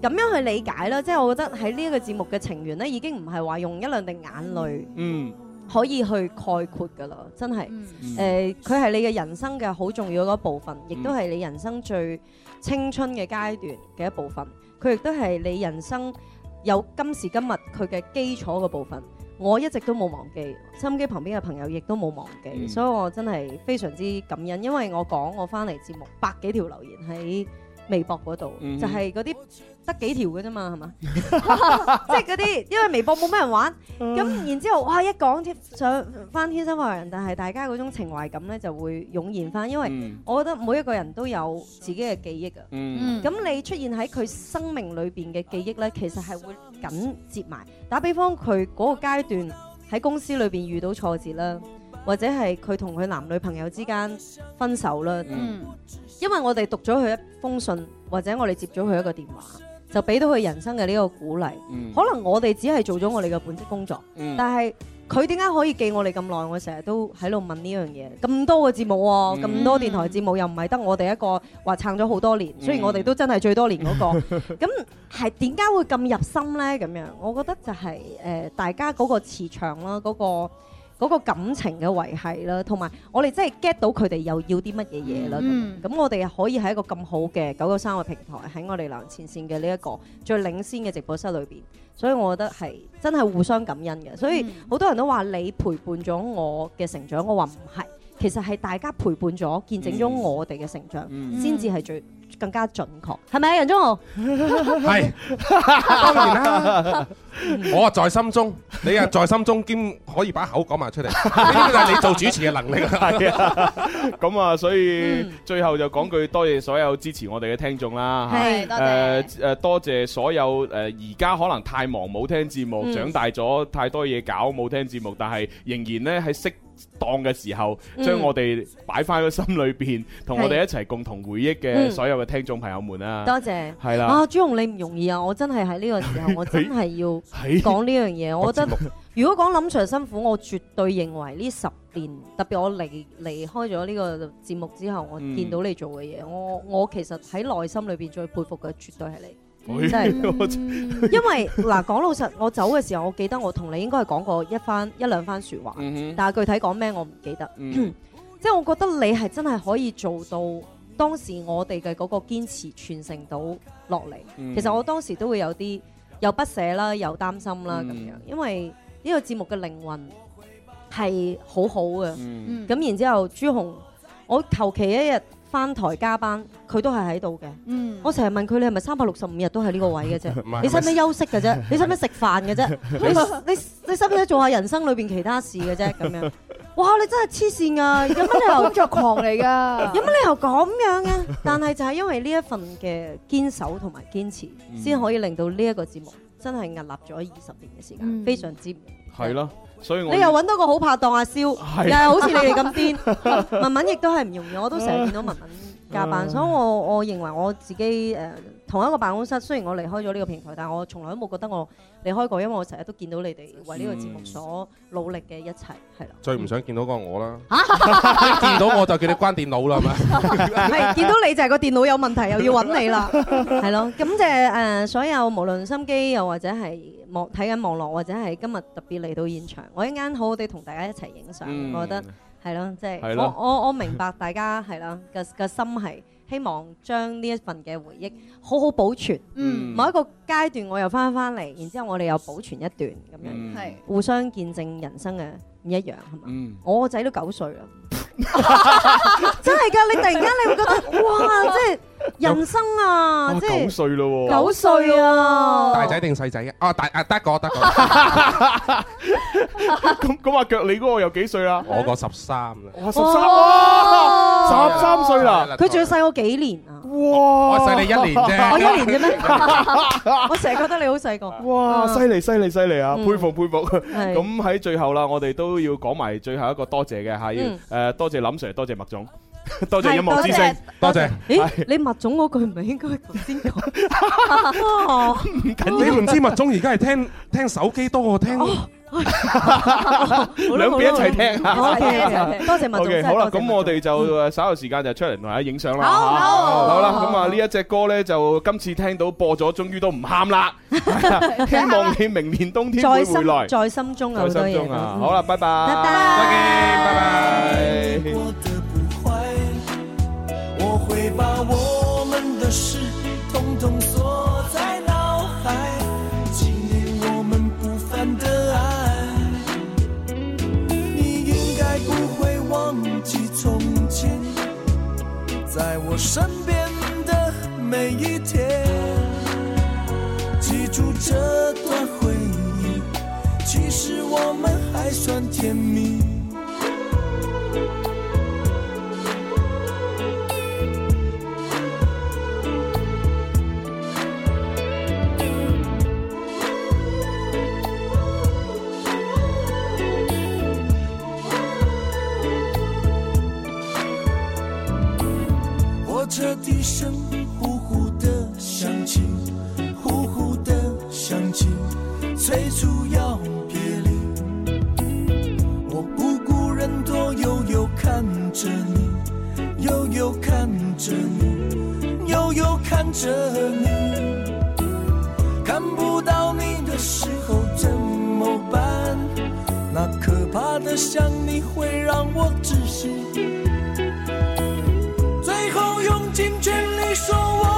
咁樣去理解啦，即係我覺得喺呢一個節目嘅情緣咧，已經唔係話用一兩滴眼淚
嗯
可以去概括㗎啦，真係。
嗯
誒，呃佢係你嘅人生嘅好重要嗰一部分，亦都係你人生最青春嘅階段嘅一部分。佢亦都係你人生有今時今日佢嘅基礎嘅部分。我一直都冇忘記，收音機旁邊嘅朋友亦都冇忘記，
嗯
所以我真係非常之感恩，因為我講我翻嚟節目百幾條留言喺微博嗰度，
嗯
就係嗰啲得幾條嘅啫嘛，係嘛？ 即係嗰啲，因為微博冇咩人玩，
嗯
咁然之後，哇！一講添上翻天生快活人，但係大家嗰種情懷感咧就會湧現翻，因為
嗯
我覺得每一個人都有自己嘅記憶啊。
嗯
咁你出現喺佢生命裏邊嘅記憶咧，其實係會緊接埋。打比方，佢嗰個階段喺公司裏邊遇到挫折啦，或者係佢同佢男女朋友之間分手啦，
嗯
因為我哋讀咗佢一封信，或者我哋接咗佢一個電話，就俾到佢人生嘅呢個鼓勵。
嗯
可能我哋只係做咗我哋嘅本職工作。
嗯
但係佢點解可以記我哋咁耐？我成日都喺度問呢樣嘢，咁多個節目喎、
嗯
咁、多電台節目又唔係得我哋一個話撐咗好多年，
嗯
雖然我哋都真係最多年嗰、 個，咁係點解會咁入心呢？咁樣，我覺得就係、呃大家嗰個磁場啦，嗰、個。嗰個感情嘅維係啦，同埋我哋真係 get 到佢哋又要啲乜嘢嘢啦。咁
嗯
咁、我哋可以喺一個咁好嘅九九三嘅平台，喺我哋兩前線嘅呢一個最領先嘅直播室裏邊，所以我覺得係真係互相感恩嘅。所以
嗯
好多人都話你陪伴咗我嘅成長，我話唔係，其實係大家陪伴咗、見證咗
嗯
我哋嘅成長，
嗯
先至係最更加準確，係咪啊？楊忠豪，
係，當然啦，我啊在心中，你啊在心中兼可以把口 講埋出嚟，呢啲就係你做主持嘅能力啦。
係啊，咁啊，所以
嗯
最後就講句多謝所有支持我哋嘅聽眾啦。嚇
係多
誒
謝。
誒，多謝所有誒，而家可能太忙冇聽節目，
嗯
長大咗太多嘢搞冇聽節目，但係仍然咧喺適當嘅時候，
嗯
將我哋擺翻喺心裏邊，同我哋一齊共同回憶嘅
嗯
所有嘅聽眾朋友們啦，
多謝。
係啦，
啊，朱紅你唔容易啊！我真係喺呢個時候，我真係要
係
講呢樣嘢。我覺
個
得如果講諗 Sir 辛苦，我絕對認為呢十年，特別我離離開咗呢個節目之後，我
嗯
見到你做嘅嘢，我我其實喺內心裏邊最佩服嘅，絕對係你。
哎
真係
我真
因為嗱，講老實，我走嘅時候，我記得我同你應該係講過一番一兩番説話，
嗯哼
但係具體講咩我唔記得。
嗯
即係我覺得你係真係可以做到當時我哋嘅嗰個堅持傳承到落嚟。
嗯
其實我當時都會有啲又不捨啦，又擔心啦咁
嗯
樣，因為呢個節目嘅靈魂係好好嘅。
嗯
嗯，
咁然之後，朱紅，我求其一日翻台加班，佢都係喺度嘅。
嗯，
我成日問佢你係咪三百六十五日都喺呢個位 嘅啫？
唔係
你使唔使休息嘅啫？你使唔使食飯嘅啫？你你你使唔使做下人生裏邊其他事嘅啫？咁樣，哇！你真係黐線㗎，有乜理由
工作狂嚟
啊
噶，
有乜理由咁樣嘅？但係就係因為呢一份嘅堅守同埋堅持，
嗯
先可以令到呢一個節目真係屹立咗二十年嘅時間，
嗯
非常之唔容易。
係咯，所以我
你又揾到個好拍檔阿蕭，又
係
係好似你哋咁 癲。文文亦都係唔容易，我都成日見到文文加
嗯
班，所以我我認為我自己誒、呃同一個辦公室，雖然我離開咗呢個平台，但係我從來都冇覺得我離開過，因為我成日都見到你哋為呢個節目所努力嘅一切，係啦。
最唔想見到嗰個我啦，見到我就叫你關電腦啦，係咪？
係見到你就係個電腦有問題，又要揾你 啦，係咯。咁就誒，所有無論心機又或者係網睇緊網絡，或者係今日特別嚟到現場，我一陣間好好地同大家一齊影相，
嗯
我覺得係咯，即
係
係我
咯
我我明白大家係啦個個心係希望將呢一份嘅回憶好好保存。
嗯
某一個階段我又翻翻嚟，然之後我哋又保存一段咁樣，
嗯
係
互相見證人生嘅唔一樣係嘛？
嗯。
我個仔都九歲啦， 真係㗎！你突然間你會覺得哇，即係人生啊，
哇
即
九
係
歲咯喎，
九歲啊，
大仔定細仔嘅？哦，大啊，得個得個，
咁咁阿腳你嗰個有幾歲啦？
我個十三啦，
哇，十三啊，
哇
十三歲啦，
佢仲要細我幾年啊！
哇，
我細你 一年啫，
我一年啫咩？我成日覺得你好細個，
哇，犀利犀利犀利啊！
嗯
佩服佩服。
係
咁喺最後啦，我哋都要講埋最後一個多謝嘅嚇，
嗯
要誒多謝林 Sir，多謝麥總，多謝
係
音樂之聲，
多謝。
咦？你麥總嗰句唔係應該頭 先講？哇
你唔知麥中而家係聽聽手機多過聽，
兩邊一齊聽啊！
好，OK，多謝麥總
OK，
真係多謝麥總。
好啦，咁我哋就誒稍有時間就出嚟同大家影相啦。
好
嚇
好
好啦，咁啊呢一隻歌咧就今次聽到播咗，終於都唔 喊啦。希望你明年冬天
在
會回
心
來，
在心中有好
在
多
心
嘢
中啊！
講
好啦，拜拜，
拜拜
再見，拜
拜拜。
拜。
我的不坏，我会把我们的事统统锁在脑海，纪念我们不凡的爱。你应该不会忘记从前，在我身边的每一天，记住这段回忆，其实我们还算甜蜜。火车笛声呼呼的响起，呼呼的响起，催促要别离。我不顾人多，悠悠看着你，悠悠看着你，悠悠看着你。看不到你的时候怎么办？那可怕的想你会让我窒息。最后用尽全力说我